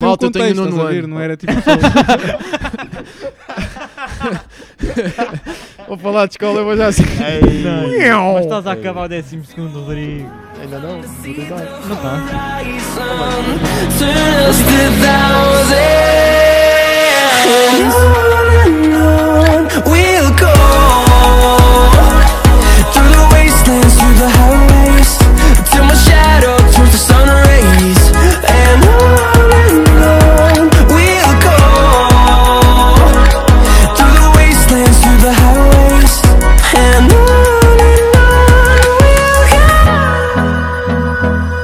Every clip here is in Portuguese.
malta, eu um tenho contexto, nono estás a ver? ano, Não pá. era tipo só... Vou falar de escola, eu vou já assim. Ei, Miau. Mas estás a acabar o 12 segundo, Rodrigo. Ainda não. não tem nada. Não está? Turn us to thousands. On and on we'll go. Through the wastelands, through the highways, till my shadow turns to sun rays. And on and on we'll go. Through the wastelands, through the highways, and on and on we'll go.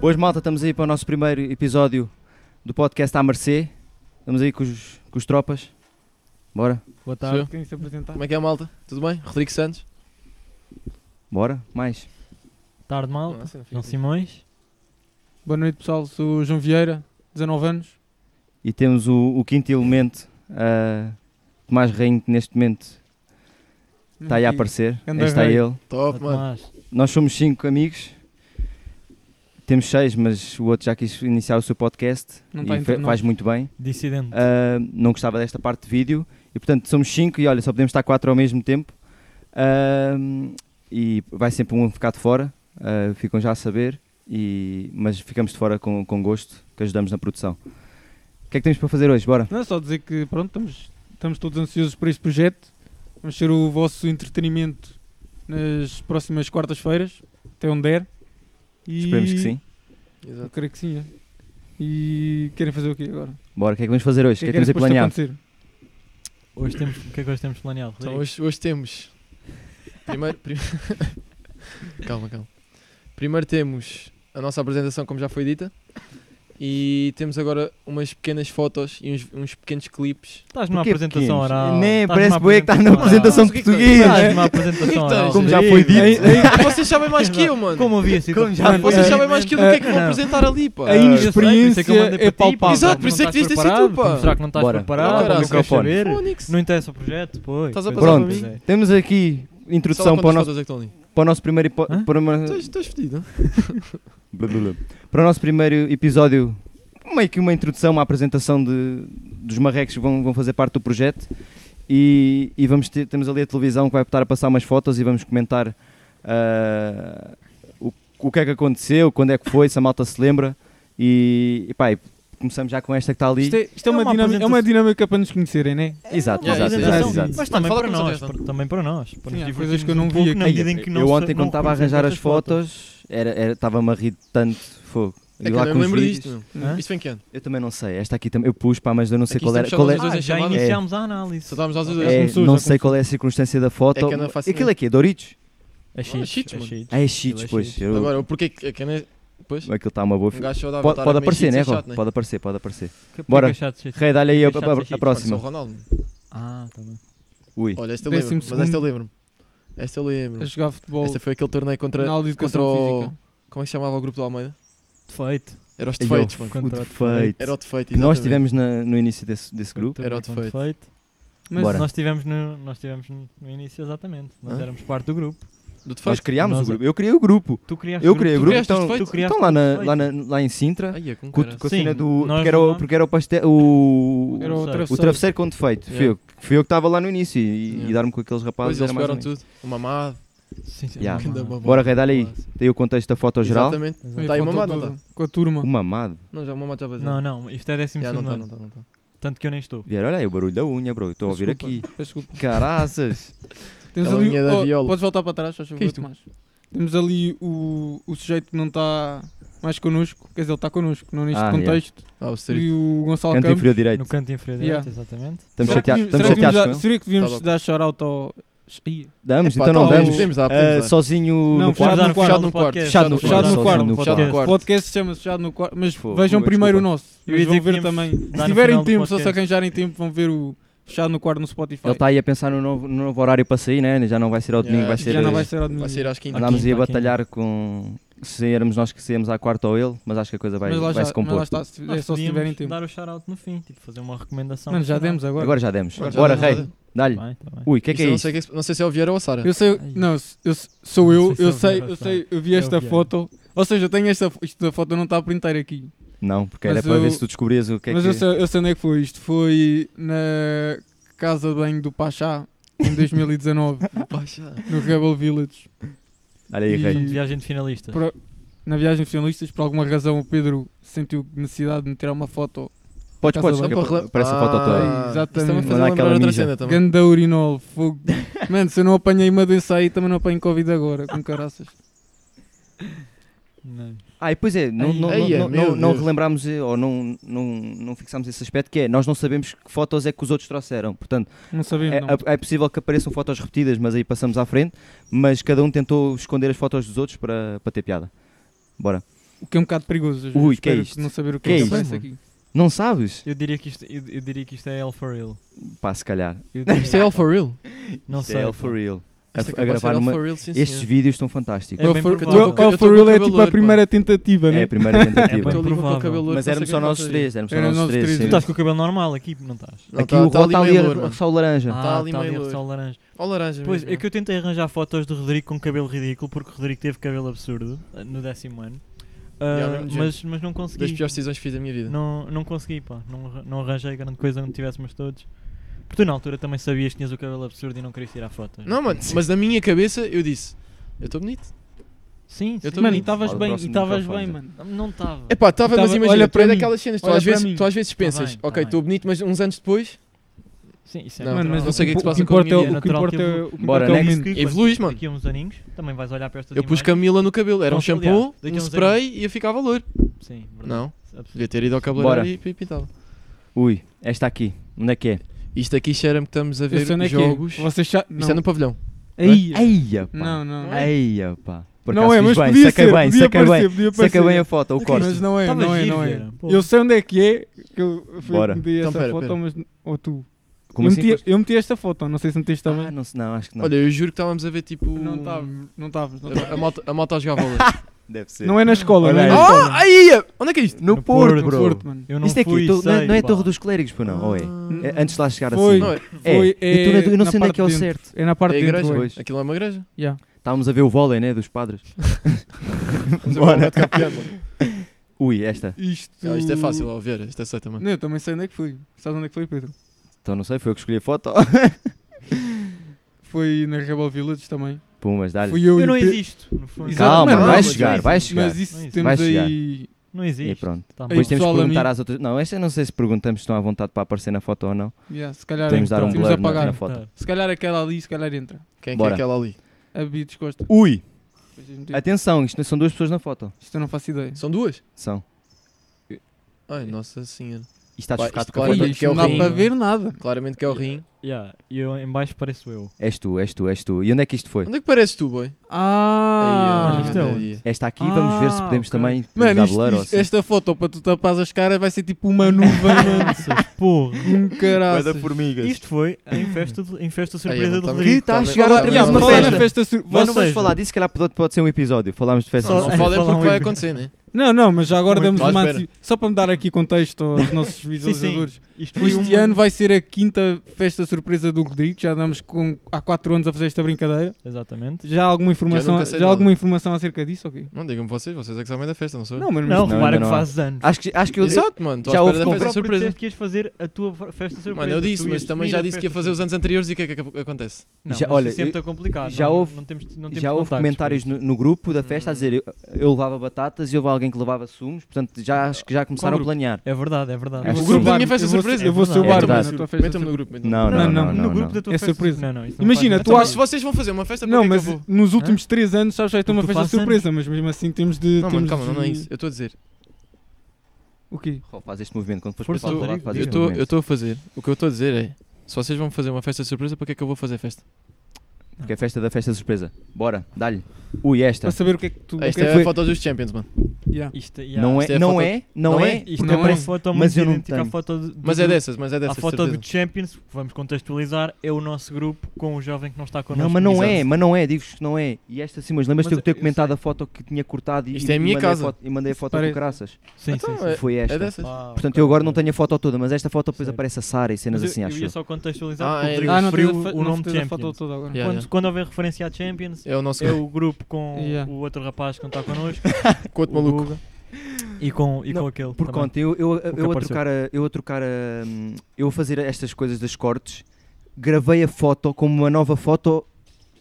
Boas malta, estamos aí para o nosso primeiro episódio do podcast à Mercê. Estamos aí com os, com os tropas. Bora, Boa Tá, quem se apresentar? Como é que é, malta? Tudo bem? Rodrigo Santos? bora, mais. Tarde mal. Ah, assim não fica. João Simões. Boa noite pessoal, sou o João Vieira, 19 anos. E temos o, o quinto elemento, ah, Tomás Rainho, que neste momento está aí a E- aparecer. Anda Este é rei. ele. Olá, Top, mano. Tomás. Nós somos cinco amigos. Temos seis, mas o outro já quis iniciar o seu podcast Não e está entre fe- nós. faz muito bem. Dissidente. Ah, não gostava desta parte de vídeo e portanto somos 5 e olha, só podemos estar 4 ao mesmo tempo Ah, e vai sempre um ficar de fora, ah, ficam já a saber, e, mas ficamos de fora com, com gosto que ajudamos na produção. O que é que temos para fazer hoje? Bora! Não, só dizer que pronto, estamos, estamos todos ansiosos por este projeto. Vamos ser o vosso entretenimento nas próximas quartas-feiras, até onde der. E- Esperemos que sim. Eu Exato. creio que sim, é. E querem fazer o quê agora? Bora, o que é que vamos fazer hoje? O que é que temos aí depois de planeado? acontecer? Hoje temos... O que é que hoje temos planeado, Então, Rodrigo? hoje, hoje temos. Primeiro. prim- calma, calma. Primeiro temos a nossa apresentação, como já foi dita. E temos agora umas pequenas fotos e uns, uns pequenos clipes. Estás numa Porquê apresentação pequenos? oral. Estás Nem, Né, parece numa bué que estás na apresentação né? Mas o que de é que português. oral. Estás numa Então, apresentação oral. Como já foi dito. Vocês sabem mais que eu, mano. Como havia sido? Como já Mano, Vocês é- sabem mais que eu do que é que vão Não. Ah, apresentar ali, pá. A Eu sei, por isso inexperiência é que eu mandei é para ti, pá. palpável. Exato, por isso é que Não devias ter estás sido tu, preparado, pá. Mostrar que não estás Bora. preparado, Não, não queres microfone. saber. Fónix. Não interessa o projeto, pô. Estás a Pois passar é, para pois é. Temos aqui introdução para o, nosso, é para o nosso primeiro hipo- Hã? para uma- Estás fedido. Blá, blá, blá. Para o nosso primeiro episódio, meio que uma introdução, uma apresentação de, dos marrecos que vão, vão fazer parte do projeto. E, e vamos ter- temos ali a televisão que vai estar a passar umas fotos e vamos comentar ah, o, o que é que aconteceu, quando é que foi, se a malta se lembra. E, e pá, e começamos já com esta que está ali. Isto é, isto é É uma uma dinâmica, é uma apresentação. dinâmica para nos conhecerem, né? Exato, é Uma exato, exato, apresentação. exato. Mas Mano, também fala para com nós, vocês, para- também para nós. Para Sim, nos há coisas divertirmos que eu não um vi pouco aqui. na Ei, medida em que não eu sa- ontem não quando estava a conhecemos arranjar as estas fotos. fotos, era- era- estava-me a rir de tanto fogo. E É que eu lá não com os lembro vídeos. disto. meu. Hã? Isto foi em que ano? Eu também não sei, esta aqui também, eu pus, pá, mas eu não sei Aqui qual era. estamos qual só é, nós dois Ah, em já chamada. iniciámos a análise. Só estávamos nós os É, dois. É, começou, não já sei qual é a circunstância da É foto. que eu não faço Aquilo é que é? Doritos? A cheats, cheats, a mano. cheats. Ah, é cheats, Aquilo é pois. cheats. Eu- Agora, o porquê que é que é- Pois? Aquilo está uma boa Um fi- gajo só dá Pode, a pode meio aparecer, cheats, né, é chato, Rob? Pode aparecer, pode aparecer. Que- Bora. que é chato, cheats. Rei, dá-lhe aí Deixa a, a- a- a cheats. Sou o próxima. Ronaldo. Ah, tá bem. Ui. Olha, esta eu Décimo lembro. Mas é segundo. esta eu lembro. Esta eu lembro. A jogar futebol Esta foi aquele torneio contra. na aula de contra educação o. física. Como é que se chamava o grupo do Almeida? Defeito. Era os Ei, defeitos, eu- mano. O Contra o defeito. Era o defeito. Que nós exatamente. tivemos na- no início desse, desse grupo. Era o Contra defeito. Mas Bora. Nós tivemos no, nós tivemos no no início, exatamente. Nós Hã? éramos parte do grupo. Do defeito. Nós criámos Nós- o grupo. Eu criei o grupo. Tu criaste Eu criei o grupo. criaste os Então, defeitos? Tu criaste então lá, na, os lá, na- lá em Sintra. Ai, é com Com, caras. com a Sim, cena do. nós Porque era, o, levámos- porque era o pastel. O, Era Não o sei. o travesseiro. travesseiro com defeito. Fui Yeah. eu, fui eu que estava lá no início. E, Yeah. e dar-me com aqueles Pois rapazes. eles Era mais ou pegaram menos. tudo. O mamado. Sim, sim. Yeah. não, não, não. Bora, Rei, dá-lhe aí. Tem o contexto da foto geral. Exatamente. Foi a Tá aí foto mamado, não toda, Com a turma. O mamado. Não, já o mamado já vai Não, não, isto é décimo Já não tá, segundo está, ano. não está, não tá. está. Tanto que eu nem estou. Vieram, olha aí o barulho da unha, bro. Estou a ouvir aqui. Desculpa, Desculpa. Caraças. Tens A ali, linha da oh, viola. Podes voltar para trás, faz Que favor, isto? Tomás. Temos ali o, o sujeito que não está mais connosco, quer dizer, ele está connosco, não neste Ah, contexto. Ah, o E sério. o Gonçalo Canto Campos. inferior direito. No canto inferior Yeah. direito, exatamente. Estamos Será que chateados, devíamos- estamos será que chateados devíamos com dar- ele. Seria que devíamos Tá bom. dar shout-out ao... Ih, Damos, Epá, então não talvez, damos. podemos dar, Ah, podemos dar. sozinho Não, fechado no quarto. um no quarto, no Fechado no Fechado no quarto, no Fechado no O quarto. podcast se chama Fechado no Quarto, mas Fogo, vejam desculpa. primeiro o nosso. Eu ia Mas vão dizer que ver tínhamos também. dar Se no tiverem final do tempo, só se podcast. arranjarem tempo, vão ver o Fechado no Quarto no Spotify. tá Ele está aí a pensar no novo, no novo horário para sair, né? Já não vai ser ao domingo, Yeah, vai já ser. Já não vai eh, ser ao domingo. Vai ser às quintas. Andámos aí a Aqui, aqui. batalhar com. se éramos nós que saímos à quarta ou ele, mas acho que a coisa vai, mas lá vai já, se mas compor. lá está, se- é Nós só se podíamos tiverem tempo. dar o shout-out no fim, tipo, fazer uma recomendação. Mano, no já final. demos agora. Agora já demos. Agora já Bora, demos. rei, dá-lhe. Tá bem, tá bem. Ui, o que é que Isto eu é não isso? sei, que- não sei se é o Vieira ou a Sara. Eu sei, Ai. não, eu, sou eu, Não sei se eu eu sei, vi, eu mas sei, eu vi esta vi, é. foto. Ou seja, eu tenho esta, fo- isto da foto não está a printar aqui. Não, porque era Mas para ver eu- se tu descobrias o que é Mas que eu, sei, eu sei onde é que foi isto. Foi na casa de banho do Pachá em 2019, Poxa. no Rebel Village. Olha aí, rei. E- Viagem de finalista. Pro- Na viagem de finalistas, por alguma razão, o Pedro sentiu necessidade de me tirar uma foto. Podes, Casa podes, da que Banca. apa- aparece a foto toda. Ah, Isso também exatamente. faz Mandar lembrar aquela outra ninja. cena também. Ganda urinol, fogo. Mano, se eu não apanhei uma doença aí, também não apanho Covid agora, com caraças. Não. Ah, e pois é, não, não, Ai, não, ai, não, meu não Deus. relembrámos eh, ou não, não, não fixámos esse aspecto que é, nós não sabemos que fotos é que os outros trouxeram. Portanto, Não sabemos, é, não. é possível que apareçam fotos repetidas, mas aí passamos à frente. Mas cada um tentou esconder as fotos dos outros para, para ter piada. Bora. O que é um bocado perigoso. eu Ui, que é espero isto? Não saber o que, Que é é que isto? aparece aqui. Não sabes? Eu diria que isto, eu, eu diria que isto é L for Real. Pá, se calhar. Eu diria- Isto é all for real. Não Isto sei. É pá. L for real. A, Isto é capaz de a ser gravar all numa... for real, sim, Estes senhor. vídeos estão fantásticos. É o bem for, provável. o- Eu tô- o eu tô for com real é cabelo tipo a loiro, pá. primeira tentativa, É né? a primeira Porque eu tentativa. ligo com o provável. cabelo loiro, mas não sei o éramos que é só que eu nós faço aí. três. Éramos só Era nós nós três. três, sim. Tu estás com o cabelo normal aqui, não estás? Não, Aqui tá- o tá Ró ali está ali meio a loiro, mano. roçar o laranja. Tá ali a meio loiro. ressal laranja. Ó laranja Pois, mesmo, é que eu tentei arranjar fotos do Rodrigo com cabelo ridículo, porque o Rodrigo teve cabelo absurdo eh, no décimo ano. Ah, Yeah, mesmo mas, mas não consegui. Das piores decisões que fiz da minha vida. Não, não consegui, pá. Não, arra- não arranjei grande coisa onde tivéssemos todos. Porque tu na altura também sabias que tinhas o cabelo absurdo e não querias tirar fotos. Não, mano, mas na minha cabeça eu disse: Eu estou bonito. Sim, Eu sim. tô- Mano, Sim. e estavas Fala bem, próximo e estavas microfone, bem, Zé. mano. Não estava. Epá, estava, mas Tava- imagina, olha tu é pra mim. daquelas cenas, tu Olha às, pra vezes, mim. tu às vezes pensas, bem, tá ok, bem. estou bonito, mas uns anos depois Sim, isso é Não, Mano, natural. mas não sei o que é que se passa com a importa minha é vida, o- o que natural importa que é eu- o que importa Bora, é o next. momento. E evoluís, mano. Daqui a uns aninhos também vais olhar para estas Eu pus imagens. Camila no cabelo, era um Nossa, shampoo, aliás, daqui a um uns spray e eu ficava loiro. Sim, verdade. Não, Absurdo. devia ter ido ao Bora. cabeleireiro e e pintava. Ui, esta aqui. Onde é que é? Isto aqui cheira-me que estamos a Eu ver sei onde é que é. jogos. Vocês já... Isto é Não. no É, pavilhão. Aí. é Eia, pá. Não, não. é? não. Eia, pá. Por não acaso é, fiz mas bem, podia saca ser, bem, podia saca aparecer, bem. podia Saca aparecer. bem a foto, o corte. Mas não é, Tava não é, giro, não é. Vieira, pô. Eu sei onde é que é que eu fui Bora. que meti essa Então, pera, foto, pera. mas... Ou tu. Como eu, assim? meti, eu meti esta foto, não sei se meteste também. Ah, não, se- não, acho que não. Olha, eu juro que estávamos a ver tipo. Não estavas, não estavas. Não, a- A moto, a moto a jogar bola. Deve ser. não é na escola, Olha não é aí. na escola. Ah, aí! Onde é que é isto? No, No Porto, Porto, No bro. Porto, mano. Eu não Isto é aqui, fui, tu- não, sei, não é a pá. Torre dos Clérigos, pô, não? Ou é? Ah, É, Antes de lá chegar Foi. assim. Não, é, É. Foi, E tu, não- eu não na sei onde é parte que é o de dentro. certo. É na é parte de igreja. dentro. é. Pois. Aquilo é uma igreja. Yeah. Estávamos a ver o vôlei, né? Dos padres. Vamos a Bora. ver o Beto Campeão, mano. Ui, esta. Isto... Ah, Isto é fácil, ao ver. Isto é certo também. Uh. Não, eu também sei onde é que foi. Sabes onde é que foi, Pedro? Então não sei, foi eu que escolhi a foto. Foi na Rebel Village também. Pumas, dá-lhe. Fui eu, Eu e não o Pe- existo, no fundo. Exato, Calma, mano, vai não, chegar, mas- vai chegar. Mas isso Não existe. Vai temos chegar. aí. Não E existe. pronto. Tá Ei, bom. Depois temos que pessoal, perguntar amigo. às outras. Não, esta eu não sei se perguntamos se estão à vontade para aparecer na foto ou não. Yeah, se calhar Podemos dar entra. um Temos blur a na- pagar. na foto. Se calhar aquela ali, se calhar entra. Quem é que é Bora. aquela ali? A Beatriz Costa. Ui! Depois diz-me tu. Atenção, isto são duas pessoas na foto. então, Isto eu não faço ideia. São duas? São. Ai, nossa senhora. E estás Pá, chocado isto com a claro- foto. Olha, Ih, que é isto o não dá rim, para não é? ver nada. Claramente que é o rim. Yeah, E eu em baixo pareço eu. És tu, és tu, és tu. E onde é que isto foi? Onde é que pareces tu, boy? Ah, Mas isto é onde? Esta aqui, vamos ver se Ah, podemos ok. também podemos Mano, dar isto- blur ou isto- assim. esta foto para tu tapares as caras vai ser tipo uma nuvem, mano. Nossa, porra. Um caralho. formigas. Isto foi em festa, de, em festa surpresa mano, do tá- Rodrigo. tá a Também- chegar também- outra vez também- uma também- festa. Mas não Ou vamos seja- falar disso, se calhar pode, pode ser um episódio. Falámos de festa. Não, não Só- falem falam porque vai em- acontecer, né? Não, não, mas já agora Muito damos bem. uma. Espera. ansi- Só para me dar aqui contexto aos nossos visualizadores. Isto foi Este um uma- ano vai ser a quinta festa surpresa do Rodrigo. Já andamos com, há 4 anos a fazer esta brincadeira. Exatamente. Já há alguma informação, nunca sei já há nada. alguma informação acerca disso? ok? Não digam vocês, vocês é que sabem da festa, não sou eu. Não, mas Não, não, repara ainda que não. fazes anos. Acho que, acho que eu Exato, mano. Estou à Já espera da houve festa é Próprio surpresa. disseste que ias fazer a tua festa surpresa. Mano, eu disse, Tu mas ias também definir já a disse que ia festa fazer os anos anteriores e o que é que ac- acontece? Não, Já- mas olha, isso sempre eu- está complicado. já não, houve- não temos, não temos Já houve contactos, comentários pois. no, no grupo da festa a dizer eu, eu levava batatas e houve alguém que levava sumos, portanto já acho que já começaram a grupo? planear. É verdade, é verdade. Acho vou que O grupo roubar- da minha festa eu vou- surpresa. Eu vou ser o É barman verdade. na tua festa Metam-me no surpresa. grupo. metam-me no Não, não, Não, não, não, no não. grupo não. da tua É festa. surpresa. Não, não, isso não Imagina, faz tu grupo. nada. Mas se vocês vão fazer uma festa, para Não, que é que mas eu vou? nos últimos 3 anos sabes vai ter uma Tu festa fazes surpresa, mas mesmo assim temos de. Não, temos mano, calma, não, não é de- isso. Eu estou a dizer. O quê? Oh, faz este movimento quando fores Força, para o Rodrigo, lado, faz diz. Eu este Eu estou- movimento. eu estou a fazer. O que eu estou a dizer é. Se vocês vão fazer uma festa surpresa, para que é que eu vou fazer festa? Porque é festa da festa surpresa. Bora, dá-lhe. Ui, esta. Para saber o que é que tu. o que Esta é que é foi- a foto dos Champions, mano. Yeah. Isto, yeah. Não, é, Isto é a não, foto- é, não, não é, é? Isto Não é uma é. foto Mas muito eu não idêntica à tenho. foto do- Mas é dessas, mas é à dessas. foto certeza. do Champions, que vamos contextualizar, é o nosso grupo com o jovem que não está connosco. Não, mas não é, Exato. mas não é, digo-vos que não é. E esta sim, mas lembras-te Mas de eu ter eu comentado a foto que tinha cortado e, Isto é a e minha mandei casa. foto- e mandei a Isso foto parece- do Caraças. Sim, Então, sim, sim. é- Foi esta. É dessas. Ah, Portanto, ok, eu agora ok. não tenho a foto toda, mas esta foto depois Certo. aparece a Sara e cenas Mas eu- assim, eu, acho ia eu. só contextualizar Ah, é. porque o Rodrigo Ah, não, referiu tu- o não nome fez a foto Champions. toda agora. Yeah, quando, yeah. quando houver referência à Champions, É o nosso é o grupo com Yeah. o outro rapaz que não está connosco, com outro o maluco. Guga, e com, e Não, com aquele. Por também. conta, eu, eu, eu, a apareceu. trocar a, eu a trocar a, hum, eu a fazer estas coisas das cortes, gravei a foto como uma nova foto.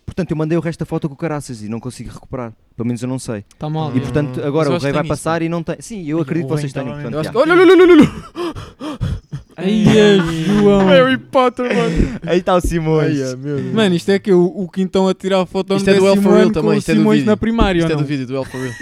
Portanto, eu mandei o resto da foto com o Caraças e não consigo recuperar. Pelo menos eu não sei. Está Tá mal. E Hum. portanto, agora Mas eu o acho rei que vai tem isso, passar e não tem. Sim, eu Sim, acredito o que vocês rei têm. tava mesmo. portanto, Eu acho que... já. Olha, olha, olha, olha, olha. Ai, Ei, é, João. Harry Potter, mano. Aí está o Simões. Ai, é, meu Deus. Mano, isto é que o, o Quintão a tirar a foto Isto no é do El décimo For Real ano com também, o isto é do Simões vídeo. na primária, Isto é ou do não? vídeo do El For Real.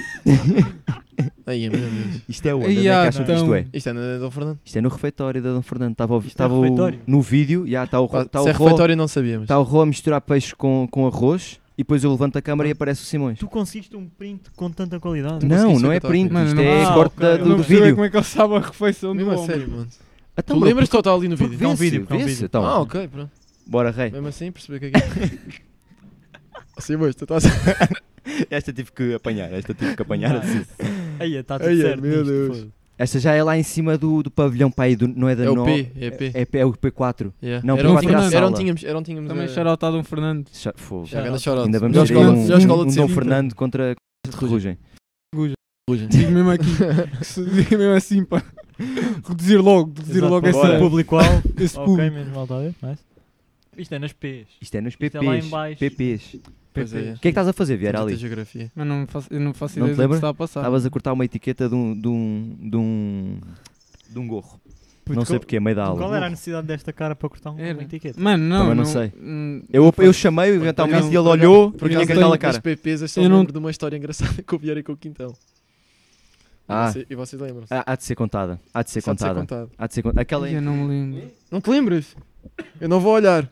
Ai, é, meu Deus. Isto é onde? Ai, Onde é que ah, acham que isto então. é? Isto é na Dom Fernando. Isto é no refeitório da Dom Fernando. Estava, ao- Isto é estava o- refeitório? no vídeo, já está o, ro- está Se o, é ro, refeitório não sabíamos. está o Rô a misturar peixe com, com arroz e depois eu levanto a câmara e aparece o Simões. Tu conseguiste um print com tanta qualidade. Não, conseguiste não é acabar. print, Mano, isto não- é Ah, corte ok. da- Eu do, não do percebo é vídeo. como é que ele sabe a refeição do Mesmo a homem. sério, mano. Então, Tu bro, lembras-te ou está ali no porque vídeo? Tá um vê-se, vídeo, tá um vê-se, vídeo. então. Ah, ok, pronto. Bora, rei. Mesmo assim, percebi o que é que é. Simões, tu estás a Esta tive que apanhar, esta tive que Ah, Aí está tudo Ai, é, certo. meu nisto, Deus. foda-se. Esta já é lá em cima do, do pavilhão, pá, aí do- não é da É o nó- P, é P. É, é o P4. Yeah. Não, era por acaso onde tínhamos, era era onde sala. tínhamos, era um onde tínhamos Também a- shout-out ao Dom Fernando. Já- fogo. Já, grande Ainda shout-out. Ainda vamos Já ter aí escola, um, já é escola um de Dom Sintra. Fernando contra Ferrugem. Digo mesmo aqui. que se- Digo mesmo assim, pá. Reduzir logo, reduzir Exato, logo para esse o público. público-alvo. Esse ok, público. menos mal, está a ver? Nice. Isto é nas P's. Isto é nos PPs. Isto é lá em baixo. PPs. O Pois é, é. que é que estás a fazer, Vieira, Tanta ali? geografia. Mas não faço, eu não faço Não te ideia do que lembras? está a passar. Estavas a cortar uma etiqueta de um. de um. de um, de um gorro. não sei porque, é meio da aula. Qual era a necessidade desta cara para cortar um- Era. uma etiqueta? Mano, não. Também não não sei. hum, Eu, não eu faço. chamei eventualmente acaso- e ele por acaso- olhou Por e acaso, tinha com tenho- aquela das cara. PPs, eu só Eu não- lembro de uma história engraçada com o Vieira e com o Quintão. Ah, é E você- E vocês lembram-se? há há de ser contada. Há de ser Só de ser contada. contado. Há de ser contada. Aquela. Eu não me lembro. Não te lembras? Eu não vou olhar.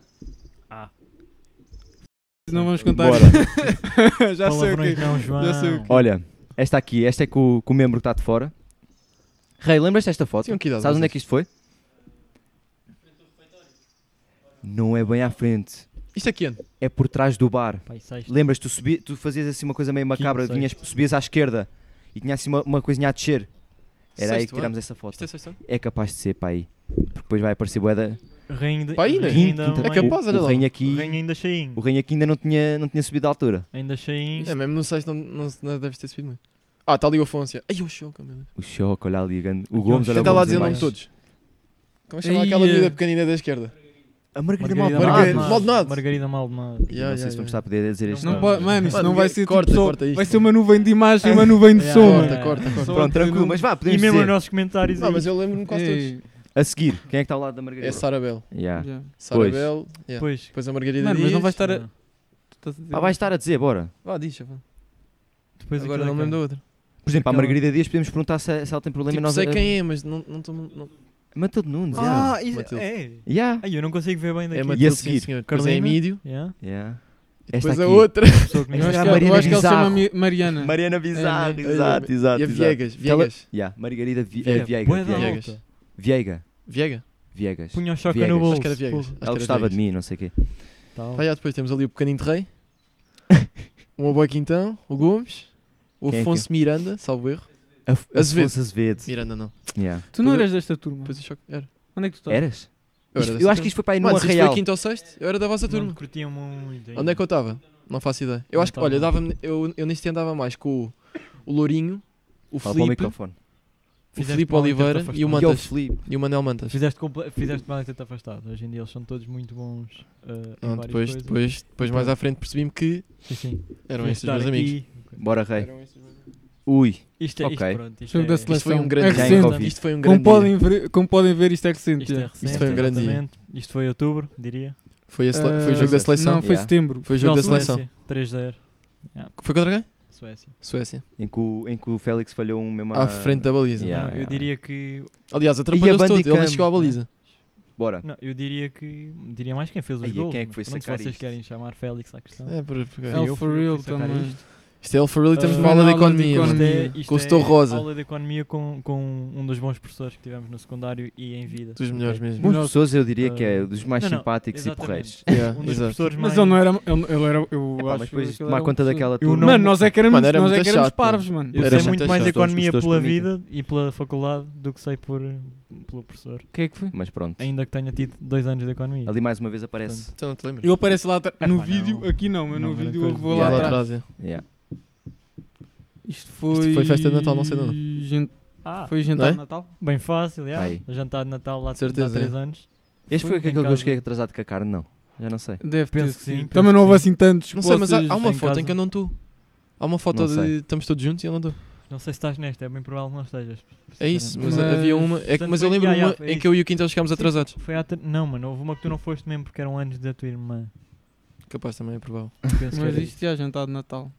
Não vamos contar. Bora. Já sei o Palavrões que é. não, João. Já sei o quê. Olha, esta aqui, esta é com, o- com o membro que está de fora. Rei, lembras-te desta foto? Tinham que idade Sabes onde é vocês? que isto foi? Não é bem à frente. Isto é que ano? É por trás do bar. Pai, sexto. Lembras-te, tu, subi- tu fazias assim uma coisa meio macabra, Quinto, vinhas, subias à esquerda e tinha assim uma, uma coisinha a descer. Era aí Sexto que tirámos ano? essa foto. Isto é sexto ano? É capaz de ser para aí. Porque depois vai aparecer boeda. Rainha Pá, ainda. ainda. É capaz, olha o, o lá. reino aqui, Rainha ainda cheinho. o reino aqui ainda não tinha, não tinha subido a altura. Ainda cheinho. É mesmo no sexto, não, não, não deves ter subido muito. Ah, está ali o Afonso. Ai, o show, meu Deus. O choque, olha ali. grande- é O um Aqui, Gomes, ó, olha o Tenta lá Gomes dizer o em nome de baixo. todos. Como é que chama Ei, aquela eh. miúda pequenina da esquerda? A Margarida, Margarida Maldonado. Margarida Maldonado. Maldonado. Margarida Maldonado. Ya, não ya, sei se ya. vamos estar a poder dizer este Não Não nome. pode, mano, isso Mano, não vai ser corta, tipo só- corta isto. Vai ser uma nuvem de imagem e uma nuvem de É, som, Corta, mano. corta, corta. Só Pronto, para tranquilo, não- mas vá, E podemos mesmo dizer. os nossos comentários. Não, aí. mas eu lembro-me quase todos. Ei, A seguir, quem é que está ao lado da Margarida? É Sarabel. Yeah. já. Sarabel. yeah. Pois. Depois a Margarida Mano, Dias. mas não vai estar a- Estás a dizer- Ah, vai estar a dizer, bora. Vá, diz, Afonso. Depois é Agora aquela não me lembro da cara. outra. Por exemplo, à Aquela- Margarida Dias podemos perguntar se, se ela tem problema e Tipo, nós. sei quem é, mas não não estou... não- Matilde Nunes, Ah, Yeah. isso é. yeah. Ai, eu não consigo ver bem É daqui. Matilde, E a sim, seguir? senhor. Depois é Carolina? Emílio. Yeah. Yeah. Esta Depois a aqui. outra. Pessoa que nem Eu acho Era que a ela- eu Marina acho que ela se chama Bizarro. Mi- Mariana. Mariana Bizarro, É, exato, exato. né? E a exato. Viegas. Ela- Viegas. Yeah, Margarida Vi... Viega, eh, Viega. bué da Viega. Viegas. alta. Viega. Viega? Viegas. Punha o choca Viegas. no bolso. Acho que era Viegas. porra. Acho Ela que era gostava Viegas. de mim, não sei o quê. Tal. Pá, já depois temos ali o pequenino rei, um Aboa Quintão, o Gomes, o Quem é que Afonso Miranda, salvo erro. Af- Azevedo. Afonso Azevedo. Miranda não. Yeah. Tu não Tudo- eras desta turma. Depois o choque. Era. Onde é que tu estás? Eras? Eu, Isto- era eu acho que isto foi para ir numa Mano, se isto foi real. quinto ou sexto, eu era da vossa Não turma. curtiam muito. ainda. Onde é que eu estava? Não faço ideia. Eu Não acho que, tava. olha, dava-me- eu, eu neste andava mais com o, o Lourinho, o Fala para o Filipe, microfone. o Fizeste Filipe mal em Oliveira tentar e o afastar. E ao Mantas. Filipe. E o Manuel Mantas. Fizeste, comple- fizeste mal em ter-te afastado. Hoje em dia eles são todos muito bons. Uh, Não, depois, depois, depois mais à frente percebi-me que Sim, sim. eram Fui estes estar meus amigos. aqui. Bora, rei. Ui. Isto é Ok. isto, pronto. Isto Jogo é, da Isto foi um Seleção. grande É dia. recente. Isto foi um grande Como dia. podem, ver, como podem ver, isto é recente. isto é já. recente. foi um grande dia. exatamente. Isto foi outubro, diria. Foi, a sele- foi o Ah, jogo da seleção. Não, foi Yeah. setembro. Foi o jogo da Portugal, seleção. Suécia, 3-0. Foi contra quem? Suécia. Suécia. Em que, o, em que o Félix falhou um mesmo À frente da baliza. Yeah, Não, Eu yeah. diria que Aliás, atrapalhou-se todo. Bandicam, Ele nem chegou à baliza. Bora. Não, eu diria que. Diria mais quem fez os Aí, gols. quem é que mas foi pronto, se sacar vocês isto? querem chamar Félix à questão. É, por- por- Fui El eu, for fui eu real que fui sacar também. isto. Isto é ele for real e temos Ah, uma aula de uma aula de economia. mano. Isto é, Economia. isto Com o setor é rosa. aula de economia com, com um dos bons professores que tivemos no secundário e em vida. Dos melhores mesmo. Bons Não. pessoas eu diria que é dos mais Ah, Não, não, simpáticos e exatamente. porreiros. Yeah, Um dos exato. professores mais... Mas ele não era. Ele, ele era eu É pá, acho mas depois que ele tomar era um conta pessoa- daquela Eu turma. não- Mano, nós é que éramos, Mano, era nós é muito que éramos chato, parvos, mano. Eu Era sei muito muito mais chato. da economia Gostou- pela gostou vida e pela faculdade do que sei por, pelo professor. O que é que foi? Mas pronto, Ainda que tenha tido dois anos de economia. ali mais uma vez aparece. Então não te lembras? Ele aparece lá atrás. Ah, No pá, vídeo, não. aqui não, mas Não, no grande vídeo eu coisa. vou Ele lá lá atrás. atrás, é. Yeah. Isto foi. foi festa de Natal, não sei de Gente, Ah, foi jantar Não é? de Natal? bem fácil, já. Aí. Jantar de Natal lá de há Certeza, três anos. Este foi Fui em aquele que eu casa. cheguei atrasado com a carne, não. Já não sei. Deve Penso ter que sido. sim, penso Também não que houve sim. assim tantos. Não sei, mas há, vocês- há uma em foto em casa. que eu não estou. Há uma foto Não de sei. estamos todos juntos e eu não estou. Não sei se estás nesta, é bem provável que não estejas. É isso, mas, Mas- havia uma. É, que- mas eu Portanto, lembro yeah, yeah, uma foi em que isso. eu e o Quintal chegámos atrasados. Foi há tre- Não, mano, houve uma que tu não foste mesmo porque eram anos da tua irmã. Capaz também é provável. Penso que Mas era isso. isto já é jantar de Natal.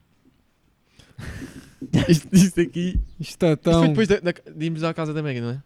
isto, isto aqui. Isto está Isto foi tão. depois da, da, de irmos à casa da Megan, não é?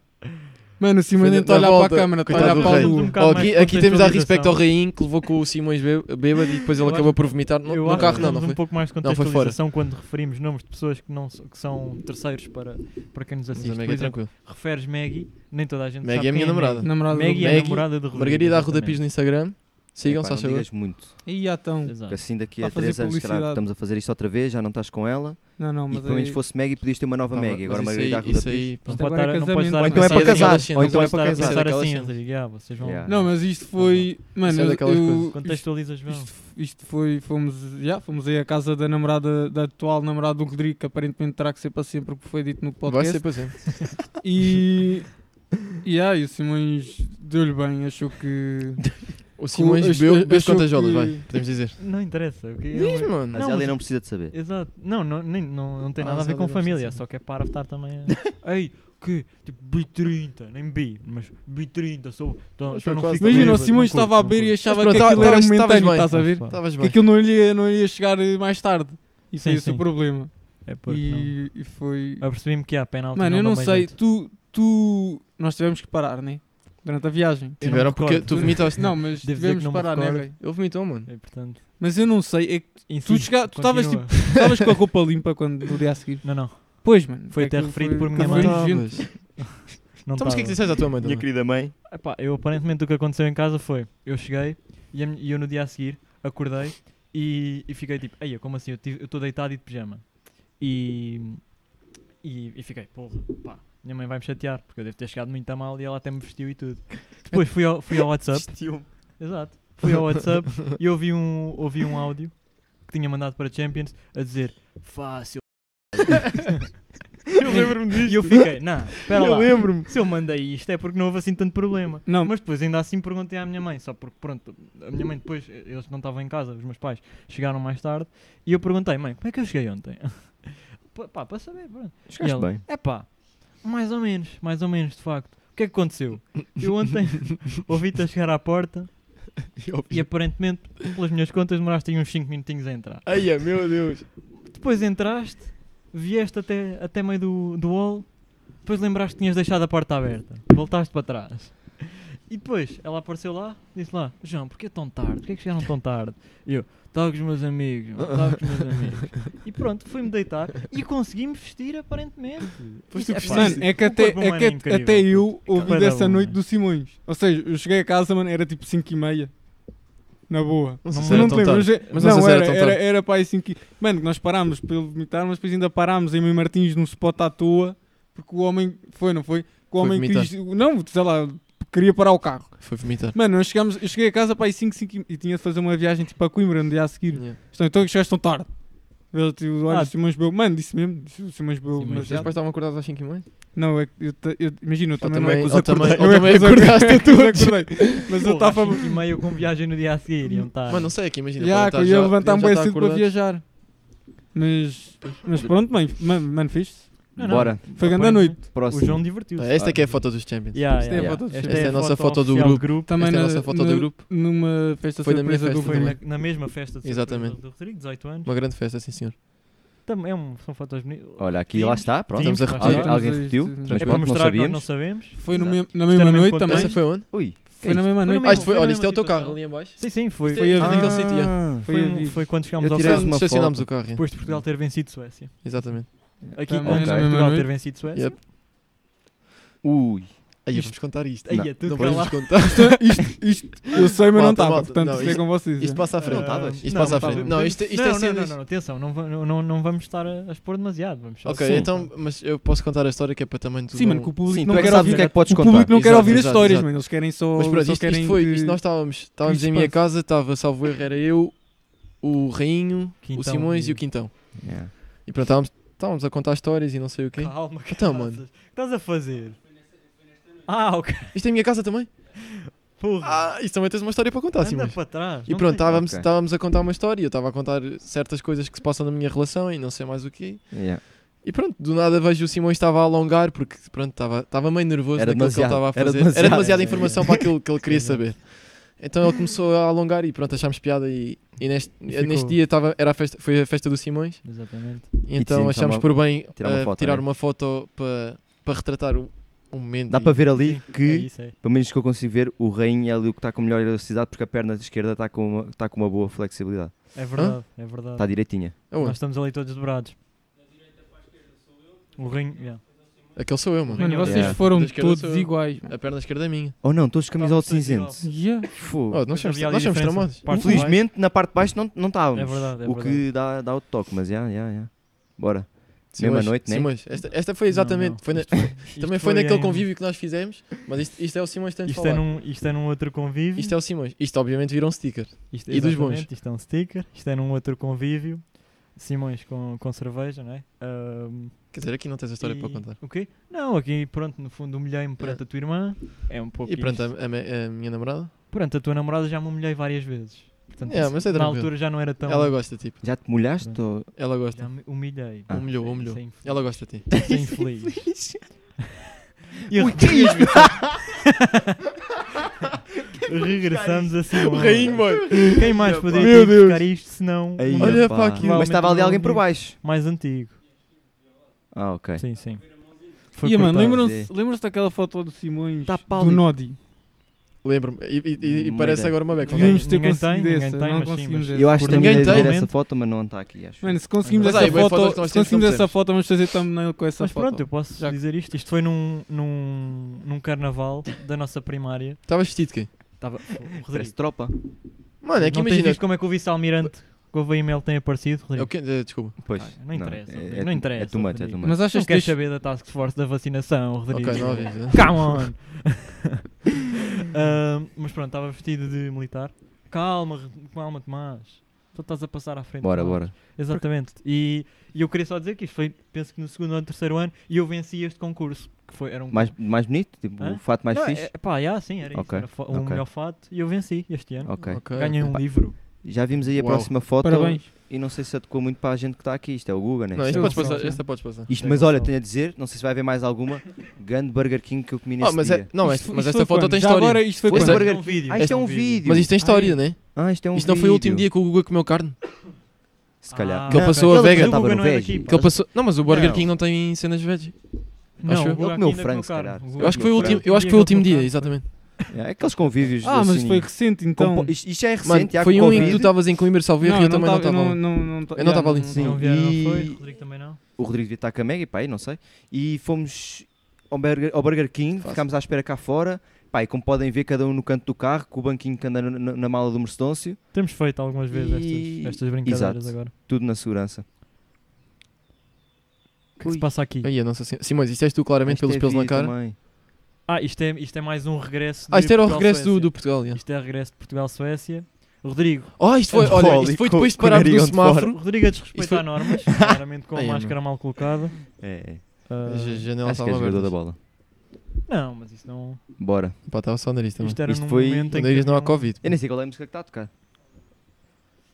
Mano, o Simão Foi nem da- está a da olhar para volta, a câmara, está a coitado olhar do para a rei. Um lua. bocado Oh, mais aqui, de aqui temos a respeito ao contextualização. Rainho que levou com o Simões bê- bêbado e depois ele Eu acabou acho- por vomitar no, Eu no acho carro, que não, não temos foi? um pouco mais de Não, foi fora. contextualização quando referimos nomes de pessoas que, não, s- que são terceiros para, para quem nos Mas assiste. a Por Megan é exemplo, tranquilo. referes Maggie, nem toda a gente Maggie sabe é a minha quem namorada. Namorado do Maggie é a Maggie, namorada de Rodrigo. Margarida Arruda exatamente. Pires no Instagram. Sigam, Epá, só não favor. digas muito. é E já estão. Exato. porque Assim Está daqui Tá a a fazer 3 anos será que publicidade. estamos a fazer isto outra vez, já não estás com ela. Não, não, E mas. é pelo menos aí- fosse Maggie, podias ter uma nova Maggie. Agora Margarida tá Arruda isso Pires. aí, pá. Não Isto pode agora estar, é não pode casamento. Ou estar a então é pensar para daquela casar, cena, ou não então pode é para estar a casar. pensar Daquela assim, cena. ou seja, ah, vocês vão... Yeah. Não, mas isto foi. Mano, é eu- daquelas coisas. eu. isto- Contextualizas, João. Isto, isto foi, fomos, já fomos aí à casa da namorada, da atual namorada do Rodrigo, que aparentemente terá que ser para sempre, porque foi dito no Vai podcast. ser para sempre. E, e, ah, e o Simões deu-lhe bem, achou que... O Simões Ach- bebeu bebeu achou quantas jolas, que- vai, podemos dizer. Não interessa. o que é- Diz, mano. Mas Não, ela mas- não precisa de saber. Exato. Não, não, nem, não, não tem Ah, nada a mas ver ela com gosta de família, saber. só que é para estar também a... Ei, que? Tipo, B30, nem B, mas B30, sou... Então, Mas então foi não quase fico também. Imagina, o bêbado, Simões não curto, estava a não beber e curto. achava Mas pronto, que aquilo estavas- era um estavas momentâneo, bem. estás a ver? Mas, pá, Estavas Que bem. aquilo não lhe ia, não lhe ia chegar eh, mais tarde. Isso Sim, é esse o sim. problema. É porque não. E, e foi... Apercebi-me que há penalti. Mano, eu dá não mais sei, jeito. tu, tu... Nós tivemos que parar, né? Durante a viagem. Eu não Tiveram me porque recordo. tu vomitaste. Não, mas Devo dizer tivemos que não que me parar, né, recordo. velho? Ele vomitou, mano. É, portanto, Mas eu não sei, é que tu, insisto, chega, tu estavas tipo, continua. estavas com a roupa limpa quando no dia a seguir. Não, não. Pois, mano. Foi até aquilo referido foi- por minha foi mãe. nojento. não tá Então, mas o que é que tava. disseste à tua mãe? Minha Dona? querida mãe. Epá, eu aparentemente o que aconteceu em casa foi, eu cheguei e a mi- e eu no dia a seguir acordei e, e fiquei tipo, eia, como assim? Eu estou deitado e de pijama. E, e, e fiquei, porra, pá, minha mãe vai me chatear, porque eu devo ter chegado muito a mal e ela até me vestiu e tudo. Depois fui ao, fui ao WhatsApp. Exato. Fui ao WhatsApp e ouvi um, ouvi um áudio que tinha mandado para Champions a dizer fácil. eu lembro-me disso. E eu fiquei, não, espera lá. lembro-me. Se eu mandei isto é porque não houve assim tanto problema. Não, Mas depois ainda assim perguntei à minha mãe, só porque pronto, a minha mãe depois, eh, eles não estavam em casa, os meus pais chegaram mais tarde, e eu perguntei, mãe, como é que eu cheguei ontem? Pa- pá, para saber, pronto. E Chegaste ela, bem. É pá, mais ou menos, mais ou menos, de facto. O que é que aconteceu? Eu ontem ouvi-te a chegar à porta e aparentemente, pelas minhas contas, demoraste aí uns 5 minutinhos a entrar. Ai, meu Deus. Depois entraste, vieste até, até meio do, do hall, depois lembraste que tinhas deixado a porta aberta, voltaste para trás. E depois ela apareceu lá, disse lá: João, porquê tão tarde? Porquê é que chegaram tão tarde? E eu: estava com os meus amigos, estava com os meus amigos. E pronto, fui-me deitar e consegui-me vestir aparentemente. Pois tu Isso- vestiste. pá, mano, é que até, corpo humano é que é at- incrível, até eu ouvi Bué da dessa bom, noite mano. do Simões. Ou seja, eu cheguei a casa, mano, era tipo 5 e meia. Na boa. Não sei Mas se Eu era não tão te lembro. tarde. eu já- Mas não não, sei se era era, tão era, tarde. era para aí 5 e... Mano, que nós parámos para ele vomitar, mas depois ainda parámos em Meio Martins num spot à toa, porque o homem... Foi, não foi? Que O Foi homem vomitar. quis... Não, sei lá, queria parar o carro. Foi vomitar. Mano, nós chegámos, eu cheguei a casa para aí 5, 5 e, e tinha de fazer uma viagem tipo a Coimbra no dia a seguir. Yeah. Então, então chegaste tão tarde. Ele, tipo, olha, Ah. o Simões bebeu. Mano, disse mesmo. disse o Simões bebeu. Simões Mas os teus demasiado. pais estavam acordados às 5h30? Não, é que eu, te- eu- imagina, eu também, não é também- que os ou também- acordei. ou eu é também que os acordei, acordaste eu todos. é que acordei. Mas eu Pô, às estava. cinco e meio com viagem no dia a seguir, iam estar. Mano, não sei, é que imagina. Já, que eu podem ia estar já- levantar um podiam bem já estar cedo para acordados. viajar. Mas, mas pronto, mano, mano, mano fixe. Não, não. Bora, Foi grande a noite. o próximo. João divertiu-se. Ah, Esta é que é a foto dos Champions. Yeah, Isto é a yeah. foto de Esta Esta é a nossa foto do oficial grupo. Também Esta é a na, nossa foto na- do grupo. Numa festa Foi na minha surpresa do festa Foi na, Rodrigo. na mesma festa de surpresa Exatamente. do Rodrigo, 18 anos. Uma grande festa, sim senhor. Tam- é um- são fotos bonitas. Olha, aqui lá está, pronto. Sim. Alguém, Estamos a Sim, repetir. claro. alguém Sim. repetiu, É mas É para pronto, não mostrar que nós não sabíamos. sabemos. Foi no me- Exato. na Isto era mesma mesmo noite contexto. também. Essa foi onde? Ui, Foi na mesma noite. na Ah, isto foi, Foi na olha, isto é o mesma teu carro situação. ali em baixo. Sim, sim, é. foi. Foi Foi, a- naquele sítio, Ah. foi foi- a vida. foi quando chegámos Eu ao tirei- Sérgio. uma Estacionámos foto. o carro, yeah. Depois de Portugal ter vencido Suécia. exatamente. Também Aqui quando na mesma Portugal ter noite. vencido Suécia. Yep. Ui. Aí vamos contar isto. Aí Não, é tudo não para podemos lá. contar. Isto, isto, eu sei, mas não Malta, estava. malta. Portanto, Não, sei isto- com vocês. Isto é. passa à frente. Ah, Tá Isto passa não à frente. tava. Não, isto, isto não, é não, cenas. não, não, não, atenção, não, va- não, não, não vamos estar a, a expor demasiado. Vamos só- Ok, Sim. então, mas eu posso contar a história que é para também tudo. Sim, mano, não- que o público Sim, não tu é que quer sabes ouvir. o que é que podes o contar. público não quer Exato, ouvir as exato, histórias, exato. mano. Eles querem só. Mas pronto, só isto, querem isto foi. que- Isto nós estávamos, estávamos isto em minha passe. casa, estava salvo erro, era eu, o Rainho, o Quintão Simões e- e o Quintão. Yeah. E pronto, estávamos, estávamos a contar histórias e não sei o quê. Calma, que Então, estás- mano. Estás a fazer? Ah, ok. Isto é em minha casa também? Porra. Ah, isto também tens uma história para contar, Anda Simões. para trás. E não pronto, tem- estávamos, Ok. estávamos a contar uma história, eu estava a contar certas coisas que se passam na minha relação e não sei mais o quê. Yeah. E pronto, do nada vejo o Simões estava a alongar porque pronto, estava, estava meio nervoso Era daquilo que ele demasiado, estava a era fazer. Era demasiada demasiado. informação para aquilo que ele queria saber. Então ele começou a alongar e pronto, achámos piada e, e neste, eh, E ficou. neste dia estava, era a festa, foi a festa do Simões. Exatamente. E então decidimos achámos tomar- por bem eh, tirar tirar uma uma foto, foto, né? para, para retratar o, o momento. Dá e- para ver ali Sim, que É isso, é. Pelo menos que eu consigo ver, o Rainha é ali o que está com melhor elasticidade porque a perna esquerda está com uma, está com uma boa flexibilidade. É verdade, é Tá verdade. Está direitinha. Aonde? Nós estamos ali todos dobrados. O rinho. yeah. Aquele sou eu, mano. Mano, vocês Yeah. foram Da esquerda todos sou eu. iguais. mano. A perna esquerda é minha. Ou Oh, não, todos de camisola de Estamos todos cinzento. Yeah. Fogo. Oh, nós somos, havia ali nós somos diferença. tramados. Parte de baixo. Felizmente na parte de baixo não, não estávamos. É verdade, é o que dá, dá outro toque, mas já, já, já. Bora. Simões, noite, né? Simões. Esta, esta foi exatamente. não. Foi na- Isto também foi naquele em- convívio que nós fizemos, mas isto, isto é o Simões que tem de Isto falar. é, num, isto é num outro convívio. Isto é o Simões. Isto obviamente virou um sticker. Isto- E dos bons. exatamente, Isto é um sticker, isto é num outro convívio. Simões com, com cerveja, não é? Ahm, Quer dizer, aqui não tens a história e- para contar. O quê? Não, aqui, pronto, no fundo, humilhei-me perante a tua irmã. É um pouco. E pronto, isto. a, a me- a minha namorada, Perante a tua namorada já me humilhei várias vezes. Portanto, É, isso- mas é na tranquilo. altura já não era tão. ela gosta, tipo. Já te molhaste? ou- Ela gosta. Já me humilhei. Ah. Humilhou, Isso é- humilhou. isso é infeliz. Ela gosta de ti. Isso é infeliz. E Ui, re- que é isto? regressamos a Simões. mano. Quem mais Meu poderia Deus. ter buscar isto se não Aí, um Olha pá. para aquilo. Mas estava ali alguém por Provavelmente baixo. mais antigo? Ah, ok. Sim, sim. Foi Yeah, mano, cortado. lembram-se lembram-se daquela foto do Simões Tá do pálido. Nodi? Lembro-me. E, e- e- e Uma parece ideia. agora uma beca. Ninguém- Devíamos ter ninguém conseguido tem, essa. ninguém tem, Não mas sim, conseguimos mas- essa. Eu acho que Ninguém também tem. ver essa foto, mas não está aqui, acho. Mano, se conseguimos Mas essa aí, bem, fotos que foto, nós se temos que conseguimos essa conhecer. foto, vamos fazer thumbnail com essa Mas foto. pronto, eu posso Já- dizer isto. Isto foi num, num, num carnaval da nossa primária. Estavas vestido de quê? Estava. o Parece Rodrigo, tropa. Mano, é que não tens imagina. visto como é que o vice-almirante com o e-mail tem aparecido, É Rodrigo? o quê? Eh, Desculpa. Pois. Ah, não interessa, é- Rodrigo, é- não interessa, É too much, é Rodrigo. too much. Mas achas Não que queres este- saber da Task Force da vacinação, Rodrigo? Ok, não ouvi. né? Come on! Ahm, mas pronto, estava vestido de militar. Calma, calma-te mais. Tu estás a passar à frente. Bora, Tomás. bora. Exatamente. E, e eu queria só dizer que isto foi, penso que no segundo ou no terceiro ano, e eu venci este concurso. Que foi, era um Mais, mais bonito? Tipo, Hã? o fato mais Não, fixe? É, pá, yeah, sim, era isso. Ok, Era fa- o ok. melhor fato. E eu venci este ano. Ok. Ok. Ganhei um Pá. livro. Já vimos aí a Uau. próxima foto. Parabéns. E não sei se adequou muito para a gente que está aqui. Isto é o Guga, né? Não, Isto isto é podes Gonçalo, passar. sim. Esta podes passar. Isto, é mas olha, Gonçalo. tenho a dizer, não sei se vai haver mais alguma, grande Burger King que eu comi nesse Oh, mas dia. é, não, Isto- esta- isto mas foi esta foto quando? tem Já história. Agora é isto foi Esta- quando? Burger- um vídeo. Ah, isto é um Este vídeo. Mas isto tem história, né? Ah, isto é um Isto não foi o último vídeo. dia que o Guga comeu carne. Se Ah, calhar. Que ele passou a mas Vega. ele estava Google no não é Veg. daqui, pá. Que ele passou... Não, mas o Burger Não. King não tem cenas veg. Não, Acho eu. o Google Ele comeu ainda frango, se carne. calhar. O Google Eu acho que foi o comeu último, frango. eu acho que foi o último ele comeu dia, carne. exatamente. É aqueles convívios. Ah, mas assim, foi recente então. com- Isto, isto é recente, Mano, há foi um em que Covid. tu estavas em Coimbra, salvo erro, e eu também tava- não estava não- lá. não- não ta- Eu não yeah, tava ali. Não, Sim. não vieram, não E- foi. O Rodrigo também não. O Rodrigo devia estar com a Mega, e pá, aí, não sei. E fomos ao Burger, ao Burger King, Fácil. ficámos à espera cá fora. Pá, e como podem ver, cada um no canto do carro, com o banquinho que anda na, na- na mala do Mercedôncio, Temos feito algumas vezes E- estas, estas brincadeiras Exato. agora. tudo na segurança. O que é que se passa aqui? Aí, a nossa senhora. Simões, isto és tu claramente Isto pelos é pelos na vídeo cara. também. Ah, isto é, isto é mais um regresso. Ah, de isto era o Portugal-Suécia. regresso do, do Portugal. yeah. Isto é o regresso de Portugal-Suécia. Rodrigo. Oh, isto foi, olha, isto foi depois de pararmos Colariam no de fora. semáforo. Rodrigo a desrespeitar Isto foi- normas, claramente com a Ai, mano. máscara mal colocada. É, é. Ah, As janelas Acho que estavam é jogador da abertas. bola. não, mas isso não. Bora. Pá, estava só o nariz também. Isto era Isto num foi- momento O em que. nariz não há haviam- Covid. Eu nem sei qual é a música que está a tocar.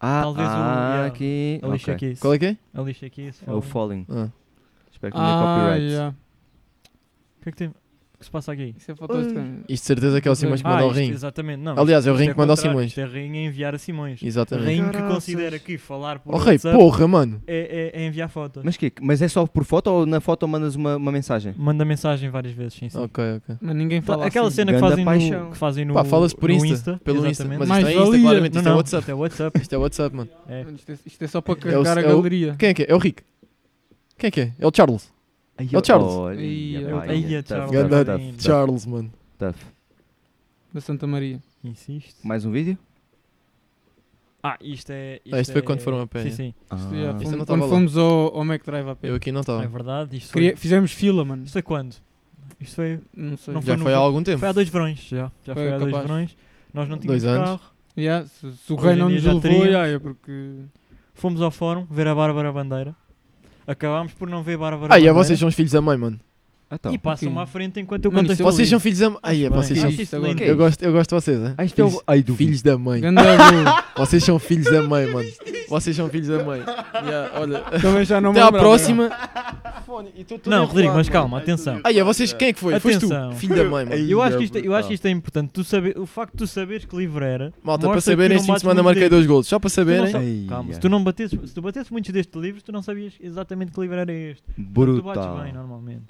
Ah, Talvez o- ah, yeah. aqui. A lixa ok. aqui. Qual é que é? A lixa aqui. É o Falling. Ah. Espero que não dê Ah, copyright. yeah. O que é que tem? que se passa aqui? Isso é falta de câmera. Isto de certeza que é o Simões que ah, manda ao isto- rim. Exatamente, não. Aliás, é o isto rim que manda ao contrário, Simões. Isto é rim a enviar a Simões. Exatamente. Rim que Caraças. considera que falar por Oh rei, WhatsApp porra, mano. É, é- é enviar fotos. Mas que Mas é só por foto ou na foto mandas uma, uma mensagem? Manda mensagem várias vezes, sim, sim. Ok, ok. Mas ninguém Tá, fala Aquela assim. cena que Ganda fazem, paixão. no, que fazem no, Pá, falas por no Insta, Insta. pelo Insta, exatamente. mas Mais isto é Insta, valia. claramente, isto não, é não, WhatsApp. Isto é WhatsApp. Isto é WhatsApp, mano. É. Isto é, isto é só para É o- carregar é a o- galeria. Quem é que é? É o Rick. Quem é que é? É o Charles. Ai, É o Charles. olha, tá Ai, pá, ai, olha, ai, Charles. tough, tough, Ganda- tough, tough. Charles, mano. Da Santa Maria. Insiste. Mais um vídeo? Ah, isto é. Isto, Ah, isto foi é- quando foram a pé, Sim, é. sim. Isto, já, não fomos- estava quando lá. fomos ao, ao Mac Drive a pé. Eu aqui não É estava. verdade. Isto Queria- foi, fizemos fila, mano. isto foi quando? Isto foi. Não sei. Não Já foi foi há no- algum tempo. Foi há dois verões. Já, já foi, Foi há dois capaz. verões. Nós não Dois tínhamos anos. carro. Yeah, se, se o Hoje rei em não dia nos já levou, teríamos. yeah, é porque... Fomos ao fórum ver a Bárbara Bandeira. Acabámos por não ver a Bárbara Ai, Bandeira. ah, vocês são os filhos da mãe, mano. Ah, então. E passam-me Ok. à frente enquanto eu Mano, conto a isso história. Vocês são filhos da mãe. Ai, é, Bem, vocês acho são. Ai, isso agora. lindo. Que é Eu gosto, eu gosto de vocês, é? Ah, isto é o... Ai, do Filhos da mãe. Ganda avô. Vocês são filhos da mãe, mano. Vocês são filhos da mãe. Yeah, olha. Também já não me Até à lembrava. próxima. Não, Rodrigo, mas calma, atenção. Ai, é vocês. Quem é que foi? Foste Atenção. tu. Filho da mãe, mano. Eu acho, que isto, eu acho que isto é importante. Tu saber, o facto de tu saberes que livro era. Malta, para mostra que saberem, é assim não este fim de bates semana muito marquei dedo. dois gols. Só para Tu não saberem. sabes- Ei, Calma, é. se tu não batesses, se tu batesses muitos destes livros, tu não sabias exatamente que livro era este. Tu bates bem Brutal. normalmente.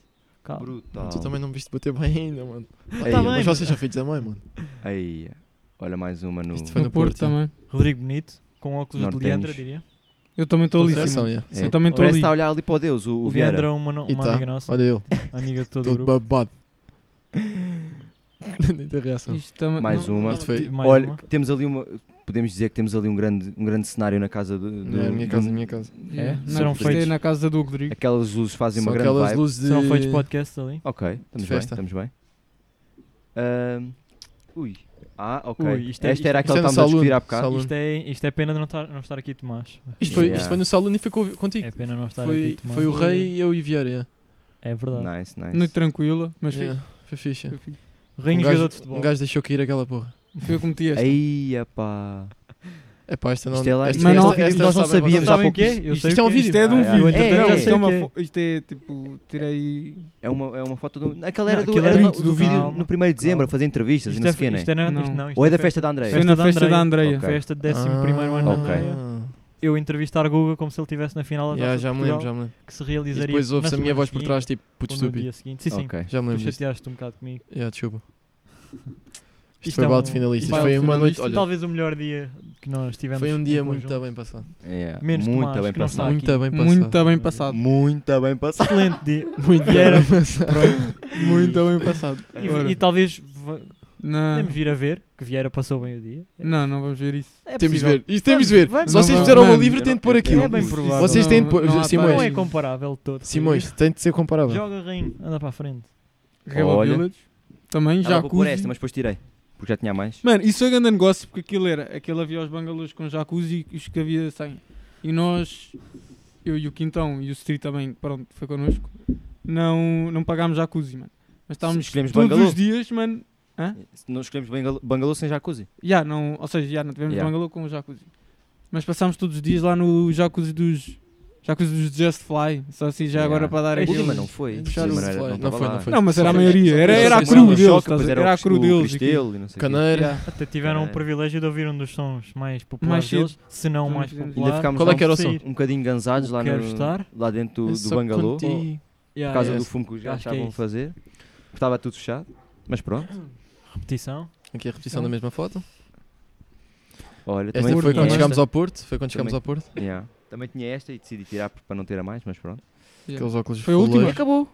Calma. Brutal. Tu também não me viste bater bem ainda, mano. Ei, Tá bem, Mas vocês são filhos da mãe, mano. Ai, olha mais uma no... Isto foi No, no Porto, Porto, também. Rodrigo Bonito, com óculos Norteños. de Leandra, diria. Eu também estou ali. Vocês sim. são, yeah. É. Eu também estou Parece que ali. está a olhar ali para o Deus, o, o O Vieira. Leandra é uma, no- E uma tá. amiga nossa, Olha eu. amiga de todo o Todo grupo. babado. Nem tem reação. Isto também- Mais não- uma. Isto foi. Mais Olha, uma. que temos ali uma. Podemos dizer que temos ali um grande, um grande cenário na casa do. do- Não, é a minha do- casa, a minha casa. Yeah, É? não, Serão isto é feitos. na casa do Rodrigo. Aquelas luzes fazem São uma grande aquelas vibe. luzes de. Serão feitos podcasts ali? Ok, estamos de bem, festa. estamos bem. Ahm, ui. Ah, ok. Ui, isto é- Esta era isto- aquela que isto é no estávamos a discutir saloon, há bocado. saloon. Aluno. Isto é, isto é pena de não estar, não estar aqui Tomás. Isto foi, Yeah. isto foi no salão e foi co- contigo. É pena não estar Foi, aqui Tomás. foi o Rei e eu e Vieira. yeah. É verdade. Nice, nice. Noite tranquila, mas foi- Yeah, Foi ficha. foi fixe. Rei um jogador de gajo, futebol. um gajo deixou cair aquela porra. Foi eu que cometi esta. Aí, epá. É pá, esta não. Isto é lá- esta, Mas não- esta- esta nós não sabem- sabíamos. Sabem há o que é? pouco- Eu isto- sei isto é o um que vídeo. Isto é de um Ah, vídeo. eu entretanto Não, já isto, sei é o uma que é. fo- isto é tipo, tirei. É uma, é uma foto do. Aquela era Não, do, aquilo era era do- muito do do vídeo calma. no 1 de dezembro, a fazer entrevistas e Isto não é, sei o quê, né? isto é na- Não. isto não, isto Ou é é da festa da Andreia? Foi Festa na da festa da Andreia. Andreia. Ok. Festa de 11 ano Ah, na Andreia. ok. Eu entrevistar Guga como se ele estivesse na final da Yeah, Taça já de me Portugal, lembro, já me lembro. que se E realizaria depois ouve-se na a minha semana voz por seguinte trás, tipo, puto ou no estúpido. dia seguinte. Sim, sim. Ok. Já me Tu lembro. disso. chateaste um bocado comigo. Yeah, desculpa. Isto, Isto foi é balde um- finalista. balde Foi uma noite. finalista, Olha, Talvez o melhor dia que nós tivemos. foi um em dia conjunto. muito bem passado. Yeah. Menos É. Muito Tomás, bem que não está passado. aqui. Muito Muito bem bem passado. passado. Muito bem passado. Excelente dia. Muito E era- bem passado. Muito bem passado. Ora, E, e talvez va- Ah. não, podemos vir a ver que Vieira passou bem o dia. não, não vamos ver isso. É Temos de possível. ver. Isto temos de ver. Vamos, Se vocês vamos. fizeram uma Mano, livre, têm de pôr aquilo. É bem Isso- provável. Vocês não- têm de pôr. não há Simões. Não é página. comparável de todo. Simões, tem de ser comparável. Joga rainho, anda para a frente. Rebel Olha. Village. Também Já já vou pôr esta, mas depois tirei. Porque já tinha mais. Mano, isso foi grande negócio porque aquilo era. Aquele havia os bangalôs com jacuzzi e os que havia sem. E nós, eu e o Quintão e o Street também, pronto, foi connosco, não, não pagámos jacuzzi, mano. Mas estávamos Escolhemos todos bangalô. os dias, mano. Não escolhemos bangalô, bangalô sem jacuzzi. Já, não, ou seja, já não tivemos Yeah. bangalô com o jacuzzi. Mas passámos todos os dias lá no jacuzzi dos. Jacuzzi dos Just Fly. Só assim já Yeah. agora para dar A É aquele. última Gilles. não foi. Deixar Sim, o mas era- Fly. Não estava foi, lá. não foi. Não, mas era a Só- maioria. Era, só- era a só- cru só- deles. Choque, estás a depois ver? era Era o a cru Cris- o deles. aquilo. Cristelo e não sei o quê. Caneira. Yeah. Até tiveram Caralho. o privilégio de ouvir um dos sons mais Mais populares cedo. deles, se não o Então, mais fizemos- popular. é Ainda ficámos Qual é lá que era o som? Sair. um bocadinho gansados lá, Quero no- estar. lá dentro É do, do só bangalô. contigo. Yeah, Por causa yeah. do fumo que os gajos Acho que é estavam a isso. fazer. porque Estava tudo fechado. Mas pronto. Repetição. Aqui a repetição da mesma foto. Olha, Esta também foi tinha quando esta. chegámos ao Porto. Foi quando Também- chegámos ao Porto. Yeah. Também tinha esta e decidi tirar para não ter a mais, mas pronto. Aqueles óculos Foi a última. fuleiros. acabou.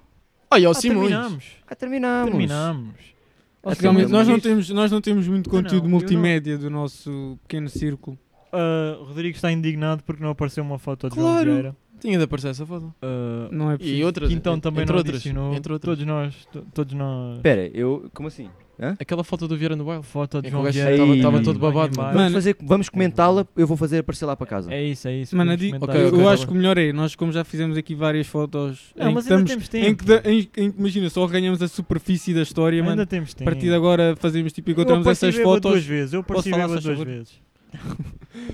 Olha, o Ah, Oh, Simões. terminamos. Ah, terminamos. Terminamos. Ah, Realmente, terminamos. nós não, Isto- temos, nós não temos muito Não, conteúdo eu multimédia do nosso pequeno círculo. Ah, Rodrigo está indignado porque não apareceu uma foto de João Claro. Vieira. Tinha de aparecer essa foto. Ah, Não é preciso. E outras. Quintão en- também entre não outras. adicionou. Entre outras. Todos nós. to- Todos nós. Espera, eu. Como assim? Aquela foto do Vieira no Wild. Foto de É que o João gajo Vieira. tava- e- tava todo e babado, Neymar. Ah, mano. Vamos, fazer, vamos comentá-la, eu vou fazer aparecer lá para casa. É isso, é isso. Mano, podemos a di- comentar. Ok, eu ok, tá acho bem. que o melhor é, nós como já fizemos aqui várias fotos, Não, em que mas ainda estamos- temos em tempo. que da- em- em que, imagina, só ganhamos a superfície da história, mano. Ainda temos A tempo. partir de agora fazemos tipo, encontramos Eu apareci essas bêbado fotos. duas vezes. Eu Posso parti falar, bêbado se faz duas favor? vezes. Não,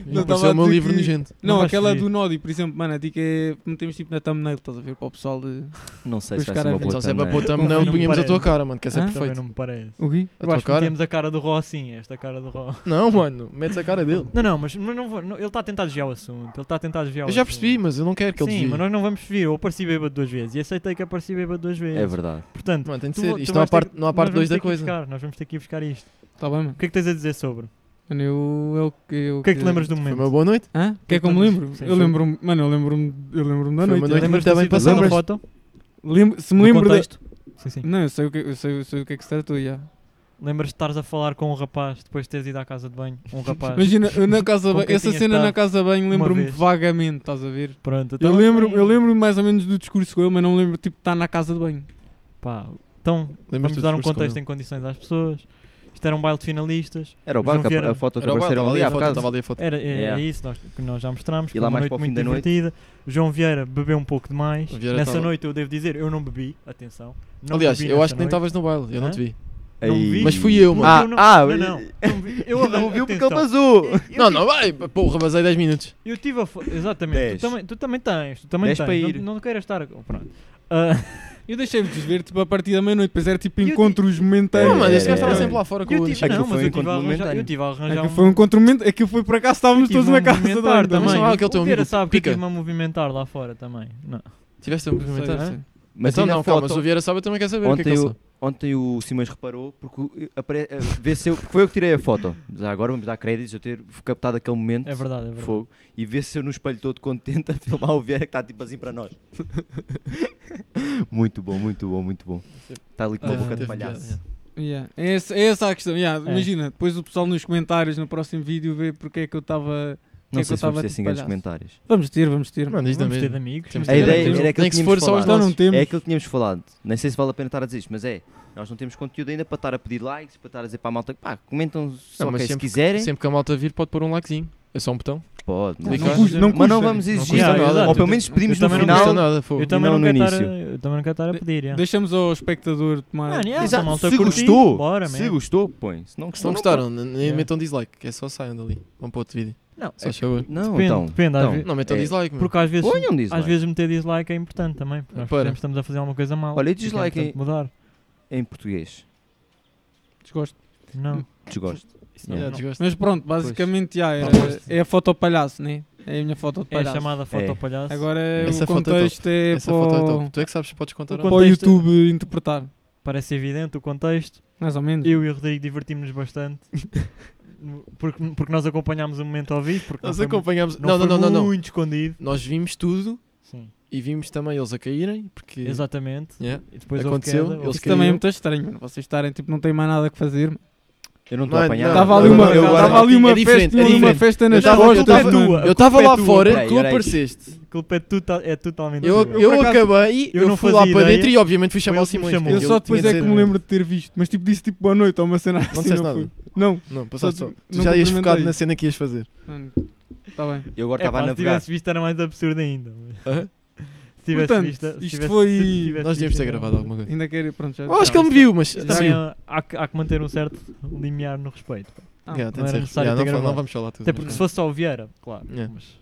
Não tava pareceu a o meu dizer livro que- nojento. Não, vais aquela fugir. do Nodi, por exemplo, mano, a dica é metemos tipo na thumbnail, estás a ver, para o pessoal de. Não sei Os se vai ser caras uma vêm boa Só se é para thumbnail. pôr thumbnail, Também não punhamos a parece. tua cara, mano, que essa é Hã? Também perfeito. não me parece. O quê? A Eu tua acho que cara? metemos a cara do Ró assim, esta cara do Ró. Não, mano, metes a cara dele. Não, não, mas mas não vou- não- ele está a tentar desviar o assunto. Ele está a tentar desviar Eu o já assunto. percebi, mas eu não quero que ele Sim, desvie. mas nós não vamos desviar. Eu apareci bêbado duas vezes e aceitei que apareci bêbado duas vezes. É verdade. Portanto, Mano, tem de tu- ser. tu Isto não há vais ter parte que- 2 não há nós parte vamos dois ter da que ir coisa. buscar, nós vamos ter que ir buscar isto. Está Tá bem, mano. O que é que tens a dizer sobre? Mano, eu. eu, eu O que é que te lembras do Foi momento? uma boa noite. Hã? O que é que eu me Sim, lembro? foi- eu lembro-me. Mano, eu lembro-me eu lembro da noite. Foi uma eu noite lembro- muito bem passado passada. a foto? lembro- Se me No lembro da. contexto? Sim, sim. Não, eu sei o que, eu sei, eu sei o que é que se tratou, já. Lembras-te de estares a falar com um rapaz depois de teres ido à casa de banho? Um rapaz. Imagina, eu na casa Com bem, quem essa tinhas cena na estado casa bem uma lembro-me vez. vagamente, estás a ver? Pronto, então- Eu lembro-me eu lembro mais ou menos do discurso com ele, mas não lembro tipo de estar na casa de banho. Pá, então Lembras-te vamos do dar um discurso com contexto ele? em condições às pessoas. Isto era um baile de finalistas. Era o João barco, a- Vieira. a foto que Era o Bel, apareceram estava ali ali a à foto, casa. estava ali a foto. Era, é, Yeah. é isso nós, que nós já mostramos. E foi lá uma mais noite para o fim muito da noite. divertida. João Vieira bebeu um pouco demais. O Vieira Nessa tava- noite eu devo dizer, eu não bebi, atenção. Não Aliás, bebi eu nessa acho que nem noite. estavas no baile, eu não te vi. Não Aí. vi. Mas fui eu, mano. Ah, não- ah, não, não, não vi. Eu Ele não viu porque ele atenção. vazou. Não, não, vai, porra, basei 10 minutos. Eu tive a fo- Exatamente. Dez. Tu também, tu também tens. Tu também Dez tens. para não, ir. não queiras estar. Pronto. Ah, Eu deixei-vos ver tipo a partir da meia-noite, pois era tipo Eu ti- encontros momentâneos. Não, mas esse é, gajo estava é. sempre lá fora com o eu tive, Unas. Aquilo não, mas foi um eu tive, encontro a arranjar, eu momentâneo. tive a arranjar Aquilo um- foi um encontro momentâneo, aquilo foi por acaso, estávamos Tive todos um na casa de movimentar banho. também. Mas não há aquele teu o Vieira amigo sabe que eu Pica? tive-me a movimentar lá fora também. Não. Tiveste a movimentar, Sei, hã? sei. Mas então aí na não, calma, foto- mas o Vieira sabe, eu também quero saber o que é que Ontem ele eu- sabe. Ontem o Simões reparou porque o- apare- eh, vê-se eu, porque foi eu que tirei a foto. Já agora vamos dar créditos eu ter captado aquele momento. É verdade, é verdade. Fogo. E vê-se eu no espelho todo contente a filmar o Vieira que está tipo assim para nós. muito bom, muito bom, muito bom. Está ali com uma Ah, boca teve de palhaço. piada. Yeah. É, essa, é essa a questão. yeah. É. Imagina, depois o pessoal nos comentários no próximo vídeo vê porque é que eu estava. Não é que sei eu se tava vamos ter de assim grandes palhaço. comentários. Vamos ter, vamos ter. Mano, isto Vamos ter de também. amigos. Temos vamos Sim, ter A de ideia amigos. era aquilo Nem que que se for tínhamos só os falado. Então não temos. É aquilo que tínhamos falado. Nem sei se vale a pena estar a dizer isto, mas é. Nós não temos conteúdo ainda para estar a pedir likes, para estar a dizer para a malta pá, comentam só mas que se sempre- quiserem. Sempre que a malta vir, pode pôr um likezinho. É só um botão. Pode, Não, mas- custa, mas não custa. não vamos Não exigir. custa nada. Ou pelo menos Eu pedimos no também Não Final- custa final. nada, fogo. Eu também não não no quero estar a- início. eu também não quero estar a De- pedir. é. yeah. Deixamos ao espectador tomar. Mano, yeah, Exato, se a malta se curtir, gostou, bora, se man. gostou, põe. Se não Se não gostou, gostaram, n- nem Yeah. metam dislike, que é só saiam dali. Vão para outro vídeo. Não, Só chegou. Não, Depende, então. depende, às então, vezes- Não metam é- dislike, mano. porque às vezes, Ponham dislike. às vezes meter dislike é importante também. Porque nós Para. podemos, estamos a fazer alguma coisa mal. Olha, e Fica dislike importante em- mudar. Em português. Desgosto. Hum, Não, Desgosto. isso não- Yeah, não. desgosto. Mas pronto, basicamente yeah, era- Não gosto. é a foto ao palhaço, né? É a minha foto de É a palhaço. chamada assim. foto É. ao palhaço. Agora Essa o foto é top. contexto é, Essa para, foto é o- top. Tu é que sabes, podes contar O ou para não. o Contexto- YouTube interpretar. Parece evidente o contexto. Mais ou menos. Eu e o Rodrigo divertimos-nos bastante No- porque, porque nós acompanhámos o momento ao vivo. Porque não Nós foi mu- acompanhámos. não, Não, não, foi não, não, não. muito escondido. Nós vimos tudo Sim, e vimos também eles a caírem, porque. exatamente. Yeah. E depois Aconteceu, houve queda, eles houve- Isso também é caíram. muito estranho, mano. Vocês estarem tipo, não têm mais nada que fazer. Eu não estou a Mano, apanhar. não, Estava ali não, uma, não, eu agora- tava ali uma é diferente, festa, é ali uma diferente. festa Eu nas tava- eu costas. tava- mano. tua. A Eu estava culpa é lá tua, fora, peraí, tu olha aí. apareceste. a culpa é, tota- é totalmente Eu, tua. eu por acaso- acabei, eu eu, não fui fazia lá para ideia, dentro e obviamente fui chamar ele o que me Simões. chamou. porque Eu ele só tinha depois de é ser- que me lembro de ter visto, mas tipo disse tipo boa noite ou uma cena assim. disseste não nada. fui. Não, Não, passaste Só só. te- Tu não já ias cumprimentei. focado na cena que ias fazer. está Tá bem. Eu agora É estava pá, a se navegar. tivesse visto era mais absurdo ainda. Hã? Se tivesse Portanto, visto, se isto tivesse- foi- se tivesse Nós devíamos visto, ter era- gravado alguma coisa. Ainda quero, pronto, já. Eu acho que ele me viu, mas. Isto saiu. Também há, há que- há que manter um certo limiar no respeito. Ah, Yeah, tem não de era ser. necessário Yeah, não ter fa- gravado. Não vamos falar tudo. Até porque se fosse só o Vieira, claro. Yeah. Mas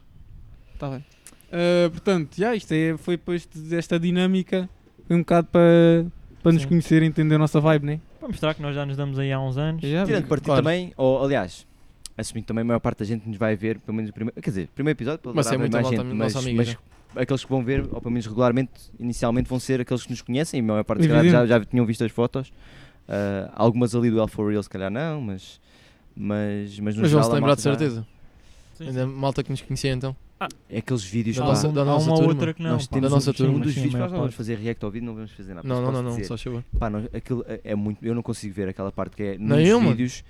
Tá bem. Ah, portanto, já isto é, foi depois desta dinâmica, foi um bocado para, para nos Sim. conhecer e entender a nossa vibe, né? para mostrar que nós já nos damos aí há uns anos. É. Já, Tirando porque- partido Claro. também, ou aliás, assumindo também a maior parte da gente nos vai ver, pelo menos o primeiro. Quer dizer, primeiro episódio, pela Mas é muito mais malta- gente, mas, nossa amiga mas né? aqueles que vão ver, ou pelo menos regularmente, inicialmente vão ser aqueles que nos conhecem, e a maior parte se calhar, já, Evidente. já tinham visto as fotos. Ah, algumas ali do Alpha Real, se calhar não, mas. Mas, mas, no Mas vão se geral, a lembrar de malta já- certeza. Ainda malta que nos conhecia então. É aqueles vídeos Da pá, nossa- há nossa uma turma. outra que não. Nós pá. temos Da nossa um, turma. um dos Sim, a vídeos que maior nós não vamos parte. fazer react ao vídeo, não vamos fazer nada. Não, mas não, posso não, não, dizer, só chegou. Pá, nós- aquilo é- é muito. Eu não consigo ver aquela parte que é nos Nem eu, mano. vídeos.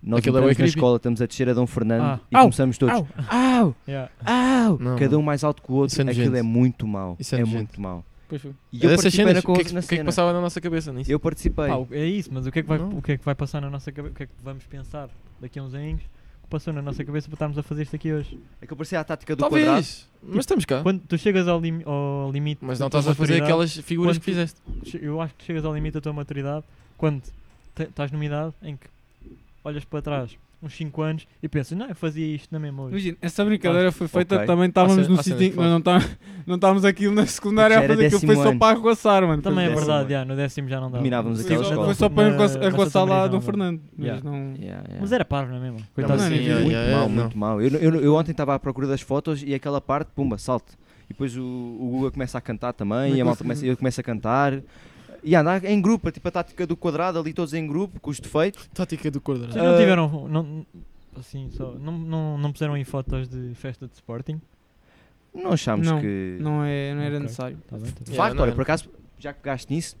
Nós Aquilo é entramos bué na creepy. escola, estamos a descer a Dom Fernando Ah. e Au! começamos todos. Au! Au! Yeah. Au! Não, Cada não. um mais alto que o outro. Isso é Aquilo nojento. é muito mau. Isso é é nojento. muito mau. Pois foi. E Mas essas participei cenas, na o que, é que, na o que é que cena. passava na nossa cabeça nisso? Eu participei. Pá, o- é isso, mas o que é que, vai, Não. o que é que vai passar na nossa cabeça? O que é que vamos pensar daqui a uns aninhos? O que passou na nossa cabeça para estarmos a fazer isto aqui hoje? É que eu parecia a tática do quadrado. Talvez, mas estamos cá. Quando tu chegas ao, limi- ao limite. Mas da não tua estás a fazer maturidade, aquelas figuras quando que fizeste. che- Eu acho que chegas ao limite da tua maturidade quando te- estás numa idade em que olhas para trás uns 5 anos e penso, não, eu fazia isto na mesma hoje. Imagina, essa brincadeira foi feita Ok. também, estávamos Ao no cen- ao sítio em que centro nós não, tá, não estávamos aqui na secundária Já a era fazer aquilo, foi décimo só ano. para arroçar, mano. Também é Foi- décimo, verdade, já, no décimo já não dava. Dominávamos Foi aquela só, escola. foi só para Na- arroçar- na arroçar Santa lá Maria Dom não, é? Fernando, mas Yeah. não... Yeah, yeah. Mas era parvo, não é mesmo? Então, Coitado, Coitado. Não, sim, nem vi. é muito Yeah, mal, yeah, muito mal. Eu, eu, eu ontem estava à procura das fotos e aquela parte, pumba, salto. E depois o, o Guga começa a cantar também, Não e a malta consigo. começa, eu começo a cantar. E andar em grupo, tipo a tática do quadrado, ali todos em grupo, com os defeitos. Tática do cordão. Vocês não Ah. tiveram. Não, assim, só, não, não, não puseram em fotos de festa de Sporting? Não achámos Não, que. não, é, não era Ok. necessário. Tá bem, tá bem. De Yeah, facto, não olha, é. por acaso, já que pegaste nisso,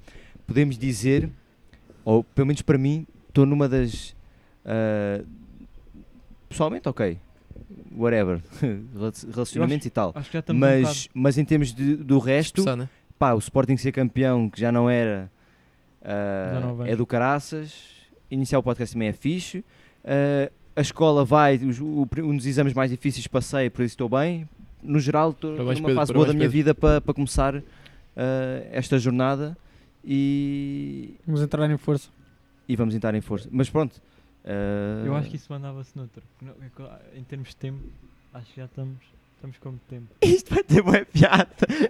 podemos dizer, ou pelo menos para mim, estou numa das. ah, pessoalmente, ok. Whatever. Relacionamentos e tal. Acho que já estamos. um Mas, mas em termos de- do resto, Expressar, né? pá, o Sporting ser campeão, que já não era, ah, Já não vem. é do caraças. Iniciar o podcast também é fixe. Ah, a escola vai, os- o pri- um dos exames mais difíceis passei, por isso estou bem. No geral, estou numa Parabéns, Pedro, fase boa da parabéns, minha Pedro. vida para começar ah, esta jornada e, Vamos entrar em força. e vamos entrar em força. Mas pronto. ah, bocado. Eu acho que isso mandava-se noutro. Não, é claro, Em termos de tempo, acho que já estamos. Estamos como tempo. isto vai ter boa piada.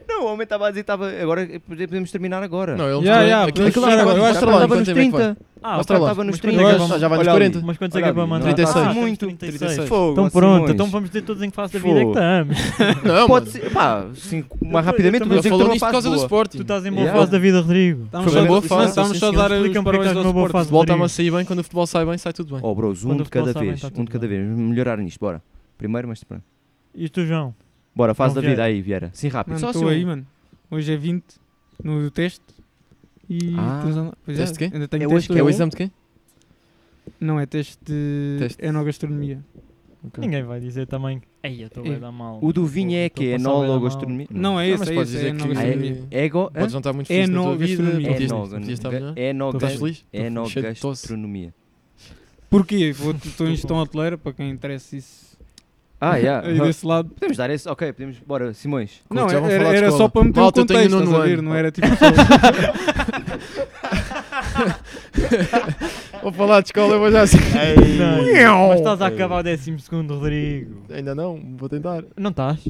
Não, o homem estava a dizer, estava, agora podemos terminar agora. Não, ele Yeah, yeah, podemos aquilo- aquilo fechar agora, agora. Eu acho que mostra lá, estava enquanto nos tempo é que vai. 30. Ah, Mostra ok, lá. tava nos Mas 30, olha, vamos- Já vai nos olha ali. 40. Mas quantos é Olha que é para ali, não, mandar? tá- tá Ah, muito. 36. Fogo, assim é Então pronto, Simões. então vamos dizer todos em que fase da vida é que Fogo. estamos. Não, Pode mano. ser, pá, sim, mais rapidamente, também mas Ele dizer que falou estou nisto numa por fase causa do boa. Sporting. Tu estás em boa Yeah. fase da vida, Rodrigo. Estamos Foi só, uma boa não, fase, estamos sim, só a senhor. dar os Explica-me porque é que parabéns estás ao numa boa Sporting. O fase. futebol está-me a sair bem, quando o futebol sai bem, sai tudo bem. Oh, bros, um Quando o de cada futebol sai bem, vez, tá um tudo de cada bem. vez, vamos melhorar nisto, bora. Primeiro, mas pronto. E tu, João? Bora, fase Não, da vida aí, Vieira. Sim, rápido. Mano, Só estou assim um- aí, mano. Hoje é 20 no teste. E Ah. estamos a andar. Pois Teste de quê? Ainda tenho É teste hoje que É o hoje. exame de quem? Não, é teste de Teste. enogastronomia. Ninguém vai dizer também. Ei, eu estou É. bem da mal. O do vinho é Estou que é a passar bué da mal." enologastronomia. Não, é Não, esse, mas é podes esse, é dizer que- enogastronomia. gastronomia. É ego. Podes não estar muito feliz na tua vida, não Enogastronomia. podias- não Enoga- podias estar melhor. enoga- Estás feliz? Cheio de tosse. Enogastronomia. Porquê? Vou- Estou em gestão hoteleira, para quem interessa isso. Ah, yeah. Aí desse lado. Podemos dar esse, ok, podemos, bora, Simões. Curto, não, já vão era, falar de era só escola. para meter o Malta, eu tenho contexto, estás nono a ver? ano. Não era tipo só... Vou falar de escola, eu vou já assim. Não, mas estás a acabar o 12 segundo, Rodrigo. Ainda não, vou tentar. Não estás?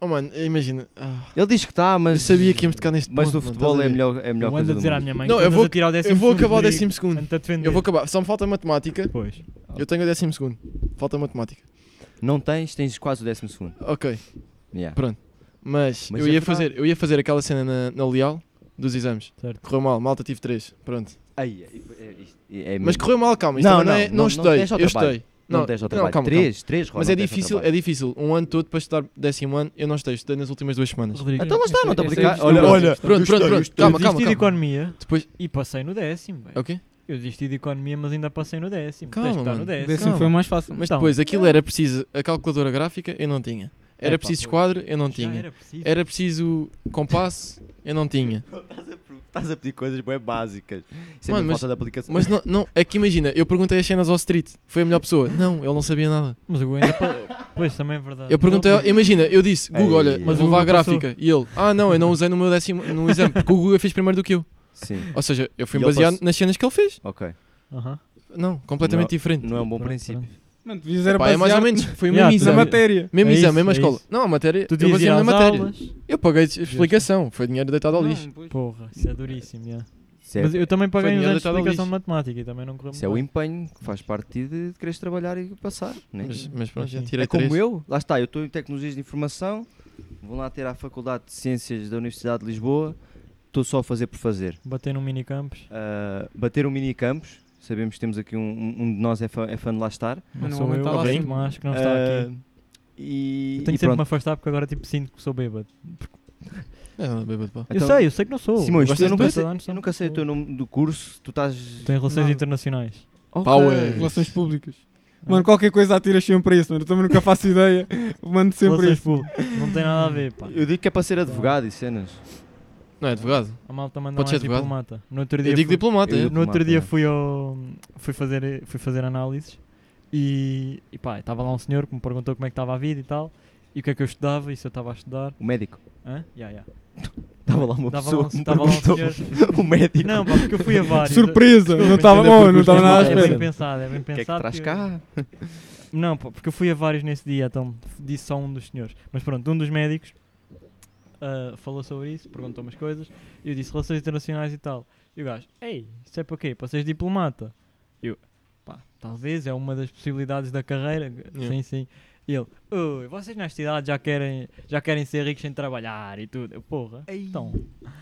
Oh, mano, imagina. Ah, Ele diz que está, eu mas. sabia que íamos tocar neste Mas ponto, o mano, futebol estás é a a ver? melhor, é a melhor Eu ando coisa a do dizer à mundo. minha mãe Não, que eu andas vou- a tirar o Eu 12 vou acabar o Rodrigo. décimo segundo. Ando-te a defender. Eu vou acabar. Só me falta matemática. Pois. Eu tenho o décimo segundo. Falta matemática. Não tens, tens quase o décimo segundo. Ok, Yeah. mas, Mas eu, é ia verdade. fazer, eu ia fazer aquela cena na, na Leal dos exames. Certo. Correu mal, malta tive 3. Pronto. Ai, é- é- isto- é- é Mas mesmo. correu mal, calma. Isto Não, também não, não, é- não, não- não estudei. tens ao eu trabalho. estudei. Não tens ao trabalho. Não, calma, calma. três, três rodas. Mas é difícil, é difícil. Um ano todo para estudar décimo ano, eu não estudei, estudei nas últimas duas semanas. Rodrigo. Então lá está, não estou a Esse- brincar. esse- Olha, esse- olha. Pronto, pronto, pronto. Calma, Eu calma, desisti de calma. economia Depois, e passei no décimo. velho. é o quê? Eu desisti de economia, mas ainda passei no décimo. Calma, Tens de estar no mano. décimo. Décimo foi o mais fácil. Mas Então, depois, aquilo era preciso, a calculadora gráfica eu não tinha. Era Epá, preciso pois. esquadro, eu não Já tinha. É- Era preciso. Era preciso compasso, eu não tinha. Estás a pedir coisas bem básicas. Isso é Mano, mesmo mas- falta de aplicação. Mas não, não, é que imagina, eu perguntei as cenas ao Street, foi a melhor pessoa. Não, ele não sabia nada. Mas o ainda. pa- Pois, também é verdade. Eu perguntei, ao- imagina, eu disse, Google, olha, Ei, mas mas vou o levar a Google passou. gráfica. E ele, ah não, eu não usei no meu décimo, no exame, porque o Google fez primeiro do que eu. Sim, Ou seja, eu fui E ele baseado passou. nas cenas que ele fez. ok. Aham. Não, completamente diferente. Não é um bom Pronto, princípio. pronto. Mano, devias era Pá, é mais ou basear-te menos, foi o Yeah, mesmo tu na exame. matéria. Mesmo É exame, isso, mesma é escola. isso. Não, a matéria, Tu eu devias ir baseei-me na às matéria. aulas. Eu paguei explicação, foi dinheiro deitado ao lixo. Não, pois. Porra, isso é duríssimo, já. Isso é, Mas eu também paguei Foi uns dinheiro anos de deitado ao explicação de lixo. matemática e também não correu isso é o empenho que faz parte de ti de, de quereres trabalhar e passar. Né? Mas, mas pronto, já Enfim. tirei É como três. eu, lá está, eu estou em Tecnologias de Informação, vou lá ter à Faculdade de Ciências da Universidade de Lisboa, estou só a fazer por fazer. Bater num minicampus. Ah, bater um mini campus, sabemos que temos aqui um, um- um de nós é fã, é fã de lá estar. Não Não sou eu, aguenta lá alguém sim. mais que não está aqui. Ah, E, Eu tenho e que sempre me pronto. afastar porque agora tipo sinto que sou bêbado. É, não, bêbado, pá. Então- eu sei, eu sei que não sou. Simões, Mas tu- eu tenho nunca, toda sei, a noção eu nunca que sei o sou. teu nome do curso, tu estás. Tem relações Nada. internacionais. Ok. Power. Relações públicas. Mano, qualquer coisa atiras sempre a isso, mano. Eu também nunca faço ideia. Mando sempre a relações isso. públicas. tipo, Não tem nada a ver, pá. Eu digo que é para ser advogado e cenas. Não é advogado. A malta manda Pode mais ser advogado? diplomata. No outro dia Eu digo fui- diplomata, eu- é. No outro Diplomata, dia é. fui ao. fui fazer, fui fazer análises e, e pá, estava lá um senhor que me perguntou como é que estava a vida e tal. e o que é que eu estudava e se eu estava a estudar. O médico. Hã? Ya, ya. Estava lá uma Estava pessoa lá um- que me estava lá um perguntou. o médico. Não, pá, porque eu fui a vários. Surpresa! Desculpa, Não estava entender bom, porque não os estava meus nada à pais- É bem espera. pensado, é bem O que é que pensado. traz que- cá? Não, pá, porque eu fui a vários nesse dia, então disse só um dos senhores. Mas pronto, um dos médicos ah, falou sobre isso, perguntou umas coisas. E eu disse relações internacionais e tal. E o gajo, ei, isso é para quê? Para seres diplomata? E eu, pá, talvez é uma das possibilidades da carreira. Yeah. Sim, sim. E ele, ui, vocês nesta idade já querem, já querem ser ricos sem trabalhar e tudo. Eu, porra, então,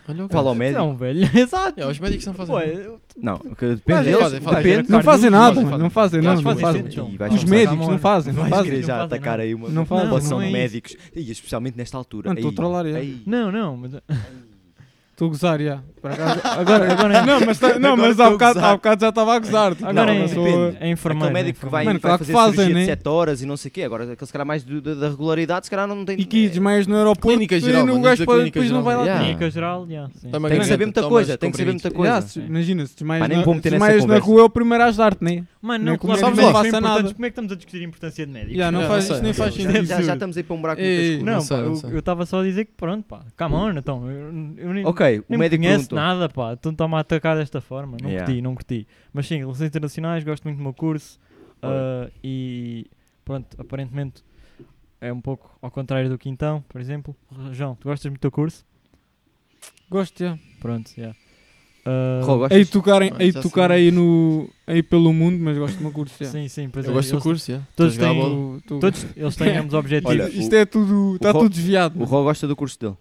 Olha o Fala ao gajo. médico. então, velho, exato. É, os médicos não fazem Pô, nada. eu- Não, o que depende eles deles. fazem, fazem. depende. Não fazem nada, Fazem, mano, fazem. não fazem Eles nada, não fazem fazem. sempre. então. E vais Os começar- médicos não Mano, fazem, não Vais fazem. querer Não já fazem atacar nada. aí uma Não fazem, população não é de isso. médicos. E especialmente nesta altura. Mano, estou Ei, a trollar, é. ei. não, não, mas Estou a gozar, já. Por acaso- Agora, Agora- não, mas, tá- não, Agora mas estou há, a bocado, gozar. há bocado já estava a gozar. Agora agora não é, sou- depende. é informático. Aquele médico que vai, Mano, vai claro que fazer fazem, cirurgia né? de 7 horas e não sei o quê. Agora, aquele cara mais do- da, da regularidade, se calhar não tem... É, E kids mais no aeroporto. Clínica e geral, não- mano, o gajo diz a pode- clínica depois não geral. vai lá. Yeah. Clínica geral, yeah, Toma sim. Tem que ganheta, saber muita toma coisa, as tem que saber comprimidos. muita coisa. Yeah, se- Imagina, se tu mais, Pá, nem na, vou meter se nessa mais na conversa. rua é o primeiro a ajudar-te, né? Mano, Não não, claro, sabes não lá. faço Faça nada. nada. Como é que estamos a discutir a importância de médicos? Yeah, não Não, faz, não isto nem sei, faz não sentido. já, já estamos aí para um buraco Ei, muito escuro. Não, Não sei, pá, não eu- sei. eu estava só a dizer que pronto, pá, come on, então. Eu, eu nem, Ok, o nem me médico conheço perguntou. nada, pá, então está-me a atacar desta forma. Não Yeah. curti, não curti. Mas sim, relações internacionais, gosto muito do meu curso ah, e pronto, aparentemente é um pouco ao contrário do Quintão, por exemplo. João, tu gostas muito do teu curso? Gosto, já. Pronto, yeah. Ah, Rô, gostas? Aí tocar, Mano, aí, já tocar sei. aí, no, aí pelo mundo, mas gosto do meu curso, já. Sim, sim, pois Eu é, gosto do eles- curso, yeah. todos Estou a jogar têm a bola. Tu- tu- Todos eles têm ambos objetivos. Olha, isto é tudo, está Ro- tudo desviado. O Ró gosta do curso dele.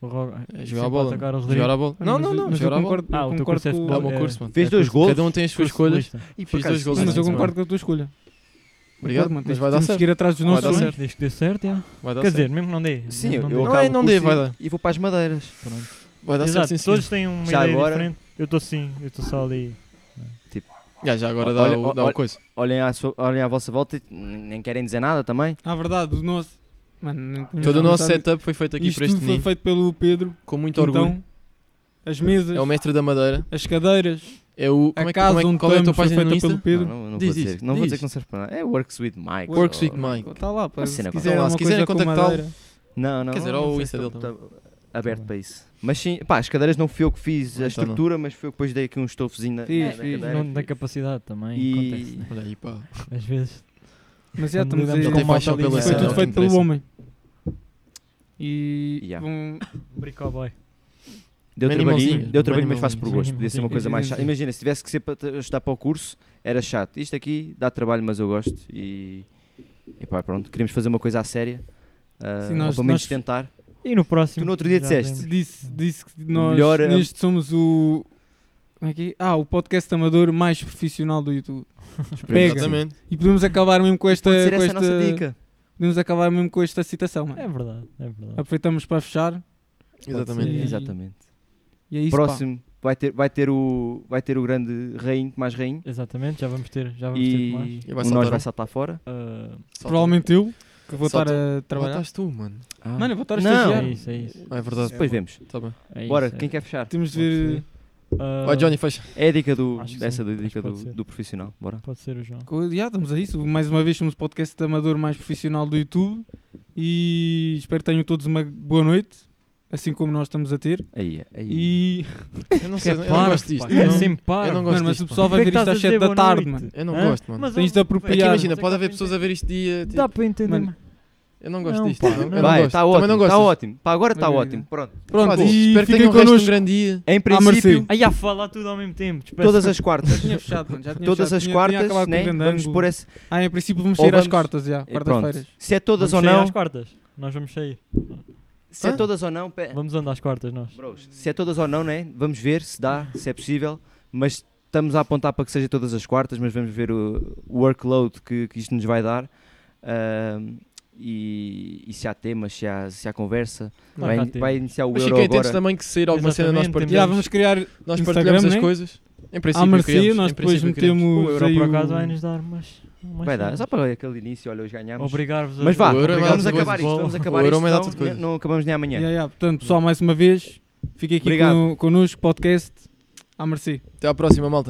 O Rog- É sempre jogar a a bola. atacar o mano. Rodrigo. Jogar a bola. Não, não, não. Mas eu Jogar a bola. concordo, Ah, o eu teu concordo curso é com- É o É. meu curso, mano. Fez dois gols. Cada um tem as suas escolhas. E por Fiz acaso- dois gols. Não, mas eu Sim, concordo com a tua escolha. Obrigado, Concordo, mano, mas tens- vai dar temos certo. que ir atrás dos Vai Vai dar nossos certo. Diz que deu certo, yeah. Vai dar Quer certo. dizer, mesmo que não dê. Sim, eu, não eu dê. Não, acabo é, não o dê, curso vai e- dar. E vou para as madeiras. Pronto. Vai dar certo, Exato, sim, sim. todos têm uma Já ideia agora- diferente. Eu estou sim, eu estou só ali. Já, já agora dá Olha, o- dá olha- o coisa. Olhem à, sua- olhem à vossa volta e n- nem querem dizer nada também. Ah, verdade, o nosso. Mano, não tinha Todo o nosso notado- setup foi feito aqui Isto por este tudo foi menino. feito pelo Pedro. Com muito orgulho. Então, as mesas, É o mestre da madeira. as cadeiras, É o. Como a é que, casa como é, que- onde qual é a tua estamos foi página no feita Insta? pelo Pedro. Não, não, não Diz, vou dizer, diz, não vou dizer diz. que não serve para nada. É Works with Mike. Works with Oh, Mike. Está tá lá, pá. Uma Se cena quiser qualquer. alguma Se quiserem coisa com contactá-lo, madeira. Não, não. Quer dizer, não, ou não o sei Insta se dele tá- tá Aberto para isso. Mas sim, pá, as cadeiras não fui eu que fiz a Então não. estrutura, mas foi eu que depois dei aqui um estofozinho na, Fiz, na- na fiz. cadeira. Não da capacidade também. né? E- Olha aí, pá. Acontece. né? Às vezes. Mas já Quando estamos aí lidamos com com malta paixão ali. pela Foi cena, tudo não feito interessa. pelo homem. E Yeah. vão- Bricoboy. Deu Minimalzinho, trabalhinho, deu trabalho, mas minimalzinho, faço por gosto. Podia ser uma minimalzinho. coisa mais chata. Minimalzinho. Imagina, se tivesse que ser para te- ajudar para o curso, era chato. Isto aqui dá trabalho, mas eu gosto. E, e pá, pronto, queríamos fazer uma coisa à séria. ah, Sim, ou nós- pelo menos nós- tentar. E no próximo. Tu no outro dia já disseste, vemos. disse, disse que nós Melhor, é- eh, neste somos o. Como é que é? Ah, o podcast amador mais profissional do YouTube. Pega. Exatamente. E podemos acabar mesmo com esta. Pode ser com essa a nossa esta- dica. Podemos acabar mesmo com esta citação, mano. É verdade, é verdade. Aproveitamos para fechar. Exatamente. ser. Exatamente. E é isso. pá. Próximo vai ter, vai, ter o, vai ter o grande rainho, mais rainho. Exatamente, já vamos ter, já vamos ter mais. E, E vai o saltar nós vai um. saltar fora. Ah, Salta. Provavelmente eu, que vou Só estar a trabalhar. Saltaste tu, mano. Mano, eu vou estar a Ah. Não. é estagiar. isso, é isso. Ah, é verdade. Depois vemos. Tá bem. É Bora, isso, é quem isso. quer fechar? Temos de Pode ver Ah, Vai, Johnny, fecha. É a dica do, Acho que essa sim, é a acho dica que pode do, ser. do profissional. Bora. Pode ser o João. Co- Já, estamos a isso. Mais uma vez somos o podcast amador mais profissional do YouTube e espero que tenham todos uma boa noite, assim como nós estamos a ter. Aí, é, aí. E Eu não Que sei, é eu não parvo, gosto disto. pá, É Eu não- sempre par. eu não gosto mano, mas disto, o pessoal Como vai é que ver isto estás às a 7 dizer da boa tarde, noite? mano. Eu não Hã? gosto, mano. Mas Tens de É que apropriar. imagina, pode haver pessoas a ver isto dia. tipo, Dá para entender. Mano, mais. Eu não gosto Não, disto. pá, eu não- eu não Vai, gosto. tá está Também ótimo. não Está gosto. ótimo. Pá, agora está Obrigado. ótimo. Pronto. Pronto, Faz isso. e Espero que fiquem tenham um resto de um connosco. grande dia. Em princípio- princípio, Aí a falar tudo ao mesmo tempo. despeço. todas as quartas. Tinha fechado, mano. Ah, Já tinha Todas fechado. as Tinha- quartas, tinha acabado com o né? grande vamos ângulo. pôr esse. Ah, em princípio vamos Ou sair às vamos- quartas já, eh, Pronto. quarta-feiras. Se é todas Vamos ou sair não, às quartas. Nós vamos sair. se é Hã? todas ou não, pe- Vamos andar às quartas nós. Bros, se é todas ou não, né? Vamos ver se dá, se é possível, mas estamos a apontar para que seja todas as quartas, mas vamos ver o o workload que, que isto nos vai dar. ahm, e, e se há temas, se há, se há conversa, Não, vai, cá in- temos. vai iniciar o Mas Euro fiquem atentos agora. também que se sair alguma cena nós Exatamente, partilhamos. Já, vamos criar Nós Instagram, partilhamos as né? coisas. Em à princípio, mercê, queremos, nós em depois princípio queremos. O metemos. um- euro aí por o- acaso vai nos dar, mas. Vai dar, só para aquele início, olha, hoje ganhámos. Obrigar-vos a. Mas vá, O Euro é obrigar-vos vamos dá-te a acabar coisas. isto, vamos Bom, acabar O Euro isto, é dá-te senão coisas. não acabamos nem amanhã. Yeah, yeah. Portanto, pessoal, mais uma vez, fiquem aqui Obrigado. con- connosco, podcast à mercê. Até à próxima, malta.